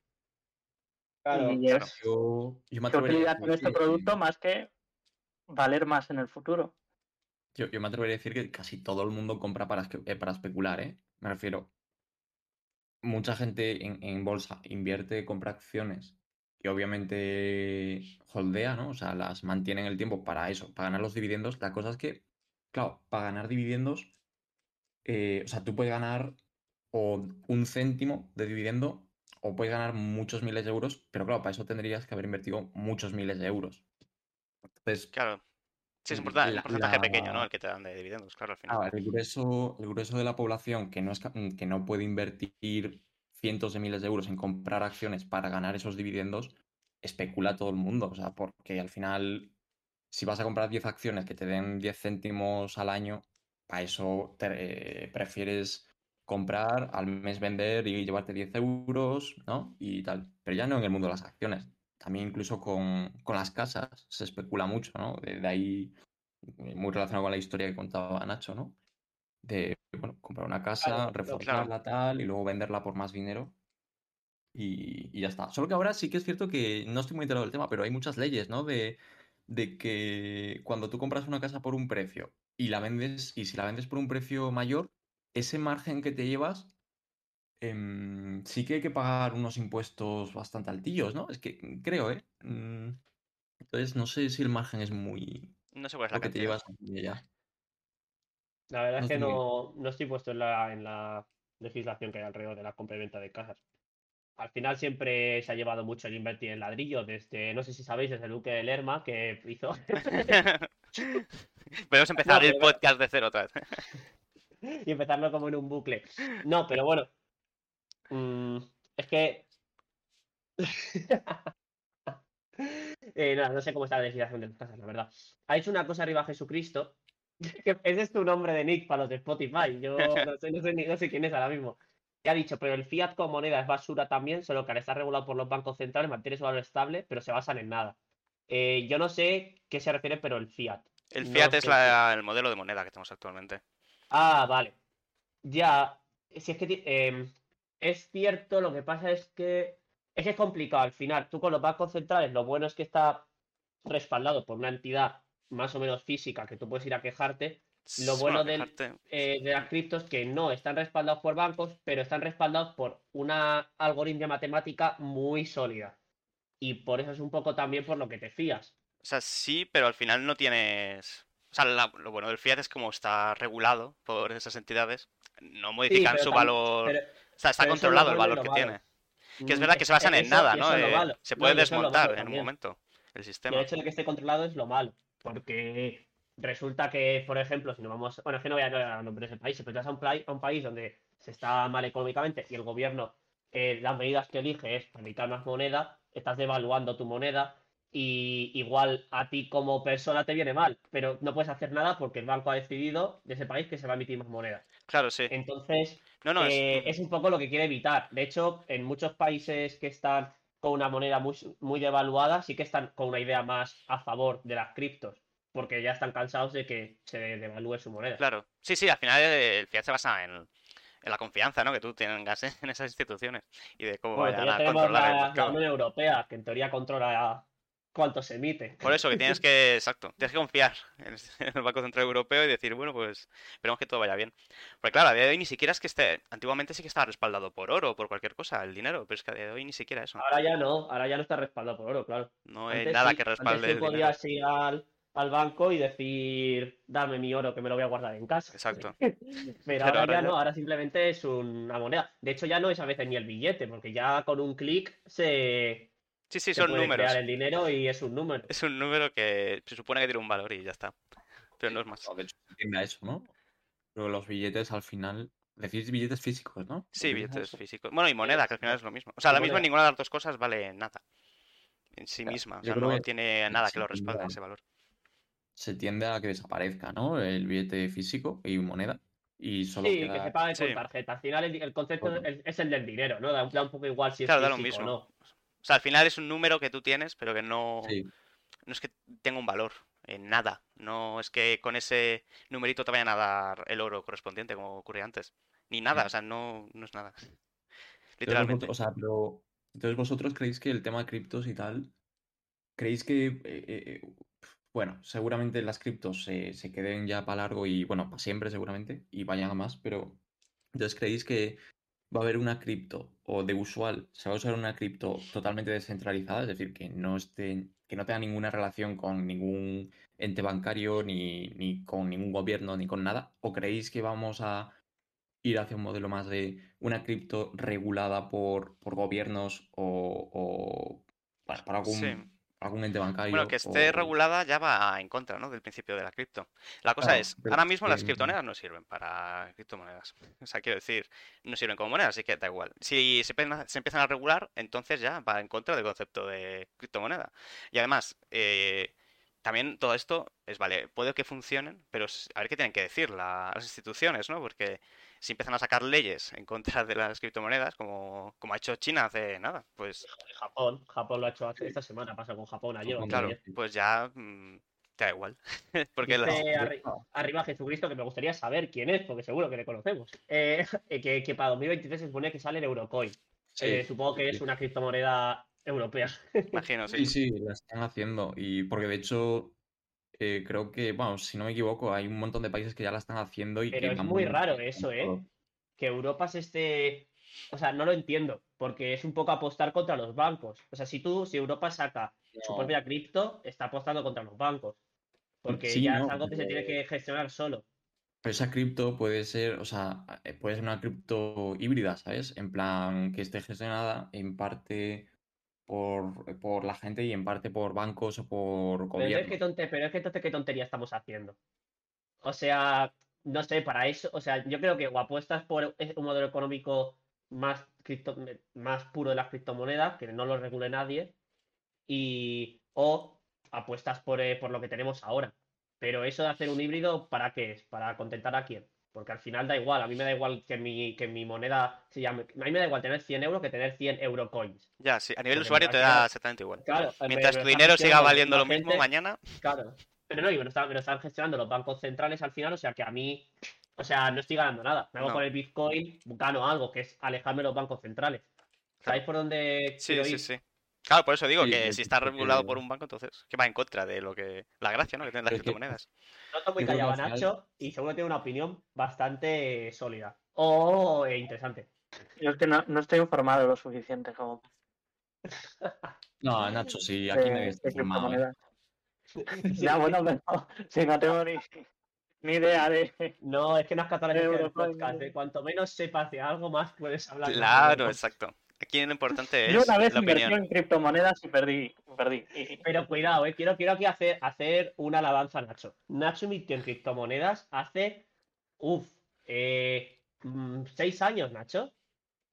A: Claro.
D: y es
C: Yo, yo me
D: qué
C: atrevería a
D: utilidad tiene
C: decir
D: este
C: que-
D: producto más que valer más en el futuro.
C: Yo, yo me atrevería a decir que casi todo el mundo compra para, esque- eh, para especular, ¿eh? Me refiero, mucha gente en, en bolsa invierte, compra acciones y obviamente holdea, ¿no? O sea, las mantiene en el tiempo para eso, para ganar los dividendos. La cosa es que, claro, para ganar dividendos, eh, o sea, tú puedes ganar o un céntimo de dividendo o puedes ganar muchos miles de euros, pero claro, para eso tendrías que haber invertido muchos miles de euros. Entonces,
B: Claro. Sí, es un
C: Mm,
B: porta- un
C: la- Ah,
B: porcentaje pequeño, ¿no?
C: la-
B: El que te dan de dividendos, claro, al final.
C: Claro, el grueso, el grueso de la población que no es, ca- que no puede invertir cientos de miles de euros en comprar acciones para ganar esos dividendos, especula todo el mundo. O sea, porque al final, si vas a comprar 10 acciones que te den 10 céntimos al año, para eso te- eh, prefieres comprar, al mes vender y llevarte 10 euros, ¿no? Y tal. Pero ya no en el mundo de las acciones. También incluso con, con las casas se especula mucho, ¿no? De- de ahí eh, muy relacionado con la historia que contaba Nacho, ¿no? De, bueno, comprar una casa,
A: claro, claro.
C: reformarla tal y luego venderla por más dinero. Y, y ya está. Solo que ahora sí que es cierto que no estoy muy enterado del tema, pero hay muchas leyes, ¿no? De, de que cuando tú compras una casa por un precio y la vendes, y si la vendes por un precio mayor, ese margen que te llevas, em, sí que hay que pagar unos impuestos bastante altillos, ¿no? Es que mm, creo, ¿eh? Mm, Entonces no sé si el margen es muy
B: No sé cuál es la
C: lo que te
B: cantidad.
C: llevas aquí y allá.
A: La verdad es
C: No
A: que
C: tengo ni
A: no, no estoy puesto en la, en la legislación que hay alrededor de la compra y venta de casas. Al final siempre se ha llevado mucho el invertir en ladrillo, desde, no sé si sabéis, desde el duque de Lerma que hizo
B: Podemos empezar a abrir
A: pero-
B: podcast de cero otra vez.
A: y empezarlo como en un bucle. No, pero bueno. mm, es que. Eh, no, no sé cómo está la legislación de las casas, la verdad. Ha hecho una cosa arriba Jesucristo. que ese es tu nombre de Nick para los de Spotify. Yo no sé, no sé ni- no sé quién es ahora mismo. Y ha dicho, pero el fiat como moneda es basura también, solo que al estar regulado por los bancos centrales mantiene su valor estable, pero se basan en nada. Eh, yo no sé qué se refiere, pero el fiat.
B: El
A: No
B: fiat es
A: sé
B: la- el modelo de moneda que tenemos actualmente.
A: Ah, vale. Ya, si es que ti- em, es cierto, lo que pasa es que es que es complicado al final. Tú con los bancos centrales, lo bueno es que está respaldado por una entidad más o menos física que tú puedes ir a quejarte. Lo bueno del-
B: fijarte,
A: eh, de las criptos que no están respaldados por bancos, pero están respaldados por una algoritmo de matemática muy sólida. Y por eso es un poco también por lo que te fías.
B: O sea, sí, pero al final no tienes... O sea, la- lo bueno del fiat es como está regulado por esas entidades, no modifican
A: pero
B: su
A: tam-
B: valor...
A: pero-
B: o sea, está
A: pero eso es lo
B: controlado el
A: bueno y
B: valor que
A: lo malo. Mm,
B: tiene. Que es verdad que se basan en nada, ¿no? Eh, se puede desmontar en un momento el
A: Y
B: sistema.
A: el hecho de que esté controlado es lo malo, porque resulta que, por ejemplo, si nos vamos, bueno, es que no voy a nombrar nombres de países, pero te vas a un, pla- a un país donde se está mal económicamente y el gobierno, eh, las medidas que elige es fabricar más moneda, estás devaluando tu moneda y igual a ti como persona te viene mal, pero no puedes hacer nada porque el banco ha decidido de ese país que se va a emitir más moneda.
B: Claro, sí.
A: Entonces,
B: No, no, es-
A: eh, es un poco lo que quiere evitar. De hecho, en muchos países que están con una moneda muy, muy devaluada, sí que están con una idea más a favor de las criptos, porque ya están cansados de que se devalúe su moneda.
B: Claro. Sí, sí, al final eh, el fiat se basa en, en la confianza, ¿no? Que tú tengas en esas instituciones y de cómo
A: Bueno,
B: vayan
A: ya
B: a
A: tenemos
B: controlar el
A: la, la
B: mercado.
A: Unión Europea, que en teoría controla cuánto se emite.
B: Por eso que tienes que, exacto, tienes que confiar en es- en el Banco Central Europeo y decir, bueno, pues esperemos que todo vaya bien. Porque claro, a día de hoy ni siquiera es que esté, antiguamente sí que estaba respaldado por oro o por cualquier cosa, el dinero, pero es que a día de hoy ni siquiera eso.
A: Ahora ya no, ahora ya no está respaldado por oro, claro.
B: No hay
A: Antes
B: nada
A: sí,
B: que
A: antes
B: respalde
A: tú
B: el dinero.
A: podías ir al, al banco y decir, dame mi oro que me lo voy a guardar en casa.
B: Exacto.
A: Pero
B: Pero
A: ahora,
B: ahora
A: ya
B: ya-
A: no, ahora simplemente es una moneda. De hecho, ya no es a veces ni el billete, porque ya con un clic se,
B: Sí, sí,
A: se
B: son
A: puede
B: números.
A: crear el dinero y es un número.
B: Es un número que se supone que tiene un valor y ya está. Pero no es más.
C: No, de hecho, se tiende a eso, ¿no? Pero los billetes al final. Decís billetes físicos, ¿no?
B: Sí,
C: ¿Volvimos a
B: billetes
C: eso?
B: físicos. Bueno, y moneda, que al final es lo mismo. O sea,
A: Y
B: ahora mismo
A: moneda.
B: ninguna de las dos cosas vale nada en sí
C: Claro,
B: misma. O
C: yo
B: sea,
C: creo
B: no
C: que-
B: tiene nada que
C: sí,
B: lo
C: sin duda.
B: respalde ese valor.
C: Se tiende a que desaparezca, ¿no? El billete físico y moneda. Y solo
A: Sí,
C: queda.
A: que se pague
B: sí.
A: con tarjeta. Al final el, el concepto
C: Bueno.
A: es- es el del dinero, ¿no? Da, da un poco igual si
B: Claro,
A: es
B: da lo
A: físico o
B: mismo.
A: no.
B: O sea, al final es un número que tú tienes, pero que no,
C: Sí,
B: no es que tenga un valor en nada. No es que con ese numerito te vayan a dar el oro correspondiente, como ocurría antes. Ni nada, o sea, no, no es nada.
C: Entonces vosotros-
B: Literalmente.
C: o sea, pero entonces vosotros creéis que el tema de criptos y tal, creéis que, eh, eh, eh, bueno, seguramente las criptos se, se queden ya para largo y, bueno, para siempre seguramente, y vayan a más, pero entonces creéis que va a haber una cripto o de usual, se va a usar una cripto totalmente descentralizada, es decir, que no esté, que no tenga ninguna relación con ningún ente bancario, ni, ni con ningún gobierno, ni con nada, o creéis que vamos a ir hacia un modelo más de una cripto regulada por, por gobiernos o, o para, para algún,
B: Sí.
C: algún ente bancario.
B: Bueno, que esté
C: o-
B: regulada ya va en contra, ¿no? Del principio de la cripto. La cosa
C: Claro,
B: es,
C: pero
B: ahora mismo las
C: en-
B: criptomonedas no sirven para criptomonedas. O sea, quiero decir, no sirven como monedas, así que da igual. Si se, empiezan a- se empiezan a regular, entonces ya va en contra del concepto de criptomoneda. Y además, eh, también todo esto es, vale, puede que funcionen, pero s- a ver qué tienen que decir la- las instituciones, ¿no? Porque si empiezan a sacar leyes en contra de las criptomonedas, como, como ha hecho China hace nada, pues
A: En Japón, Japón lo ha hecho hace- esta semana, pasa con Japón ayer. o
C: Japón,
A: anteayer.
B: claro, pues ya mm, te da igual. Porque las-
A: Dice Arri-
C: No.
A: Arriba Jesucristo, que me gustaría saber quién es, porque seguro que le conocemos. Eh, que, que para 2023 se supone que sale el Eurocoin.
C: Sí,
A: Eh, supongo que
C: sí.
A: es una criptomoneda europea.
B: Imagino, sí.
C: Sí, sí, la están haciendo. Y porque de hecho, eh, creo que, bueno, si no me equivoco, hay un montón de países que ya la están haciendo y que
A: Pero es
C: van
A: muy
C: muy-
A: raro eso, ¿eh?
C: todo.
A: Que Europa se esté. O sea, no lo entiendo, porque es un poco apostar contra los bancos. O sea, si tú, si Europa saca su
C: No.
A: propia cripto, está apostando contra los bancos. Porque
C: Sí,
A: ya
C: no, eh,
A: es algo que se tiene
C: pero-
A: que gestionar solo.
C: Pero esa cripto puede ser, o sea, eh, puede ser una cripto híbrida, ¿sabes? En plan, que esté gestionada en parte por, eh, por la gente y en parte por bancos o por
A: Pero es,
C: gobiernos.
A: que tonte- pero es que entonces, ¿qué tontería estamos haciendo? O sea, no sé, para eso, o sea, yo creo que o apuestas por es- un modelo económico más, cripto- más puro de las criptomonedas, que no lo regule nadie, y o apuestas por, eh, por lo que tenemos ahora. Pero eso de hacer un híbrido, ¿para qué es? ¿Para contentar a quién? Porque al final da igual, a mí me da igual que mi, que mi moneda se llame, a mí me da igual tener 100 euros que tener 100 eurocoins.
B: Ya, sí, a nivel
A: Porque
B: usuario
A: al
B: te da
A: final-
B: exactamente igual.
A: Claro, pero-
B: Mientras
A: pero
B: tu
A: estás
B: dinero siga
A: gestionando
B: valiendo
A: la
B: lo mismo
A: gente-
B: mañana,
A: Claro. Pero no, y me lo, están, me lo están gestionando los bancos centrales al final, o sea que a mí, o sea, no estoy ganando nada. Me hago
B: No.
A: con el Bitcoin, gano algo, que es alejarme de los bancos centrales. ¿Sabéis por dónde
B: sí,
A: quiero
B: sí,
A: ir?
B: sí. Claro, por eso digo
C: Sí,
B: que
C: yo
B: si está
C: creo
B: regulado
C: que-
B: por un banco, entonces, que va en contra de lo que. La gracia, ¿no? Que tienen las
C: Pero es que-
B: criptomonedas.
A: Noto muy
C: Yo creo que
A: callado a
C: al final-
A: Nacho y seguro tiene una opinión bastante eh, sólida. O eh, interesante.
D: Yo es que no, no estoy informado lo suficiente como
C: No, Nacho, sí,
D: de,
C: aquí nadie
D: de
C: está informado. ¿eh?
D: criptomonedas. Ya, bueno, pero si no tengo ni, ni idea de...
A: No, es que no has catalán
D: Eh,
A: el
D: Europa,
A: podcast.
D: eh.
A: eh. Cuanto menos sepas de algo, más puedes hablar. de
B: Claro,
A: algo.
B: exacto. Aquí lo importante
D: Yo
B: es
D: una vez
B: la
D: invertí
B: opinión.
D: en criptomonedas y perdí. perdí. Y- y-
A: Pero cuidado, eh, quiero, quiero aquí hacer, hacer una alabanza a Nacho. Nacho invirtió en criptomonedas hace, uff, seis años, Nacho.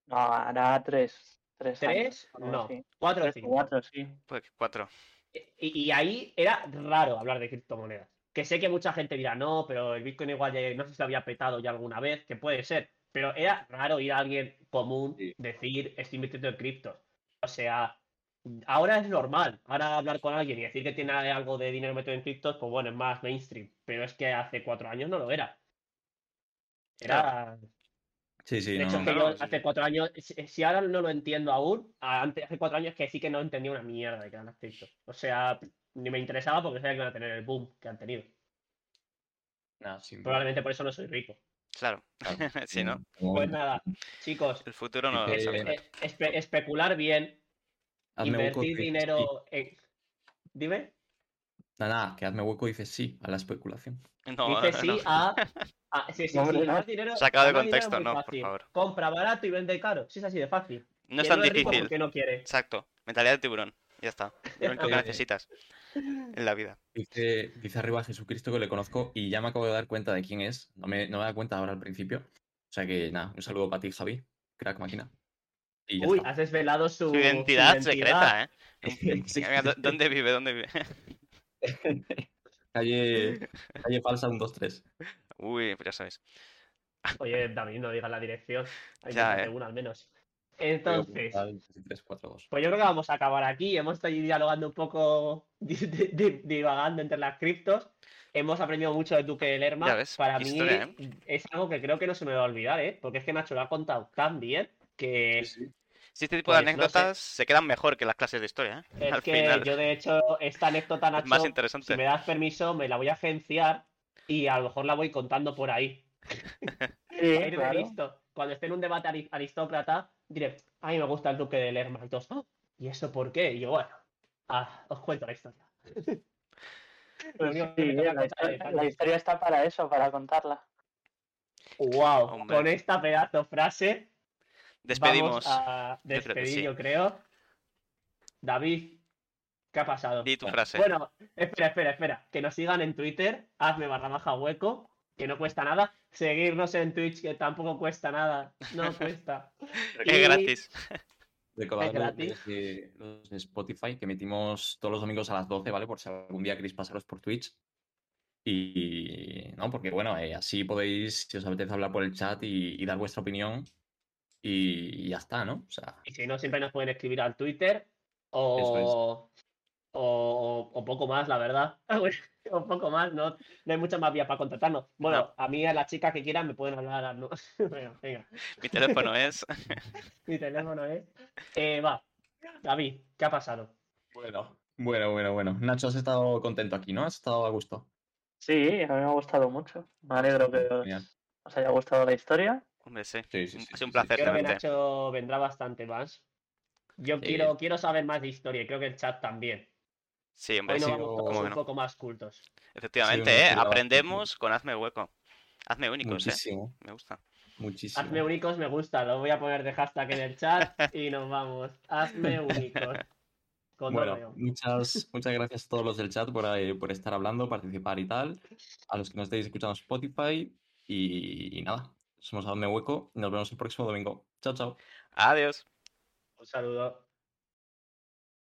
D: No, hará tres. ¿Tres? años,
A: ¿Tres?
D: algo
A: No,
D: así.
A: cuatro o
D: Tres,
A: cinco.
D: cuatro, sí.
B: Pues cuatro.
A: Y, y ahí era raro hablar de criptomonedas. Que sé que mucha gente dirá, no, pero el Bitcoin igual ya- no sé si lo había petado ya alguna vez, que puede ser. Pero era raro ir a alguien común
C: Sí.
A: decir, estoy invirtiendo en criptos. O sea, ahora es normal. Ahora hablar con alguien y decir que tiene algo de dinero metido en criptos, pues bueno, es más mainstream. Pero es que hace cuatro años no lo era. Era,
C: Sí, sí,
A: de
C: no,
A: hecho,
C: no.
A: que
B: no,
A: yo
B: no, sí,
A: hace
B: sí.
A: cuatro años, si si ahora no lo entiendo aún, a- antes, hace cuatro años que sí que no entendía una mierda de que eran las criptos. O sea, ni me interesaba porque sabía que iban a tener el boom que han tenido.
C: Nada, sí,
A: Probablemente por eso no soy rico.
B: Claro.
C: claro, Mm.
B: Sí, ¿no?
C: no,
A: Pues nada, chicos,
B: El futuro no
C: Sí,
B: lo
C: que-
B: sabemos.
A: eh, espe- especular bien,
C: hazme hueco,
A: invertir
C: dices sí.
A: dinero en... Dime,
C: Nada, nada, que hazme hueco y dices sí a la especulación.
B: No,
A: dice sí
B: no.
A: a... a- sí, sí, sí,
D: Hombre, no.
A: más dinero-
B: Sacado de
A: más dinero es
B: contexto,
A: muy
B: no, por
A: fácil.
B: favor.
A: Compra barato y vende caro, si es así de fácil.
B: No es
A: Quien
B: tan
A: rico
B: difícil.
A: porque no quiere.
B: Exacto. Mentalidad de tiburón. Ya está. Lo único que
C: Eh,
B: necesitas en la vida.
C: Dice, dice arriba Jesucristo que le conozco y ya me acabo de dar cuenta de quién es. No me, no me da cuenta ahora al principio. O sea que nada, un saludo para ti, Javi. Crack máquina. Y ya
A: Uy,
C: está.
A: has desvelado su...
B: Su identidad secreta, ¿eh?
C: Sí.
B: Venga, ¿dó- ¿Dónde vive? ¿Dónde vive?
C: Calle, calle falsa 123.
B: Uy, pues ya sabes.
A: Oye, David, no digas la dirección. Hay
B: Ya,
A: más de
B: eh.
A: una al menos. Entonces,
C: 342.
A: pues yo creo que vamos a acabar aquí. Hemos estado dialogando un poco, di- di- di- divagando entre las criptos. Hemos aprendido mucho de Duque de Lerma.
B: Ya ves,
A: Para
B: historia, ¿eh?
A: mí es algo que creo que no se me va a olvidar, ¿eh? Porque es que Nacho lo ha contado tan bien que
B: Si este tipo
A: Pues
B: de
A: no sé.
B: anécdotas se quedan mejor que las clases de historia, ¿eh?
A: es
B: Al
A: que
B: final.
A: yo de hecho esta anécdota,
B: Es más
A: Nacho, si
B: interesante.
A: me das permiso, me la voy a agenciar y a lo mejor la voy contando por ahí.
D: Sí,
A: a ir de
D: claro.
A: listo. Cuando esté en un debate ari- aristócrata, diré, a mí me gusta el duque de Lerma. Y todos, "Ah, ¿y eso por qué? Y yo, bueno, ah, os cuento la historia.
D: Pues
A: único que
D: sí,
A: tengo
D: la,
A: que contar de
D: historia-
A: España.
D: la historia está para eso, para contarla.
A: ¡Wow!
B: Hombre.
A: Con esta pedazo frase
B: Despedimos.
A: vamos a
B: Yo creo que
A: despedir,
B: sí.
A: yo creo. David, ¿qué ha pasado?
B: Di tu frase.
A: Bueno, espera, espera, espera. Que nos sigan en Twitter, hazme barra baja hueco, que no cuesta nada. Seguirnos en Twitch, que tampoco cuesta nada. No cuesta.
B: Que
A: y-
B: es gratis.
C: Recordando
A: gratis.
C: desde los de Spotify que metimos todos los domingos a las 12, ¿vale? Por si algún día queréis pasaros por Twitch. Y no, porque bueno, eh, así podéis, si os apetece, hablar por el chat y, y dar vuestra opinión. Y, y ya está, ¿no? O sea,
A: Y si no, siempre nos pueden escribir al Twitter o, o, o poco más, la verdad. Ah, o poco más, no, no hay mucha más vía para contratarnos. Bueno,
B: No.
A: a mí, a las chicas que quieran, me pueden hablar. al nu- Bueno, venga,
B: Mi teléfono es.
A: mi teléfono es. Eh, va, David, ¿qué ha pasado?
C: bueno, bueno, bueno, bueno. Nacho, has estado contento aquí, ¿no? Has estado a gusto.
D: Sí, a mí me ha gustado mucho. Me alegro que os,
C: Genial.
D: os haya gustado la historia.
B: Hombre, sí.
C: Sí, sí,
B: Un-
C: sí,
B: ha sido un
C: sí, sí.
B: placer
A: Creo que
B: tenerte.
A: Nacho vendrá bastante más. Yo
C: Sí.
A: quiero, quiero saber más de historia y creo que el chat también.
B: Sí, hombre,
A: Hoy nos
B: sí. oh,
A: vamos
C: sido-
B: ¿Cómo
A: todos
B: que
A: un
B: no?
A: poco más cultos.
B: Efectivamente,
C: una
B: ¿eh?
C: locura.
B: Aprendemos con hazme hueco. Hazme únicos, eh.
C: Muchísimo,
B: Me gusta.
C: muchísimo.
A: Hazme únicos me gusta, lo voy a poner de hashtag en el chat y nos vamos. Hazme únicos. Con
C: Bueno,
A: Dorreo.
C: muchas, muchas gracias a todos los del chat por, eh, por estar hablando, participar y tal. A los que nos estéis escuchando en Spotify. Y, y nada, somos Hazme Hueco. Nos vemos el próximo domingo. Chao, chao.
B: Adiós.
A: Un saludo.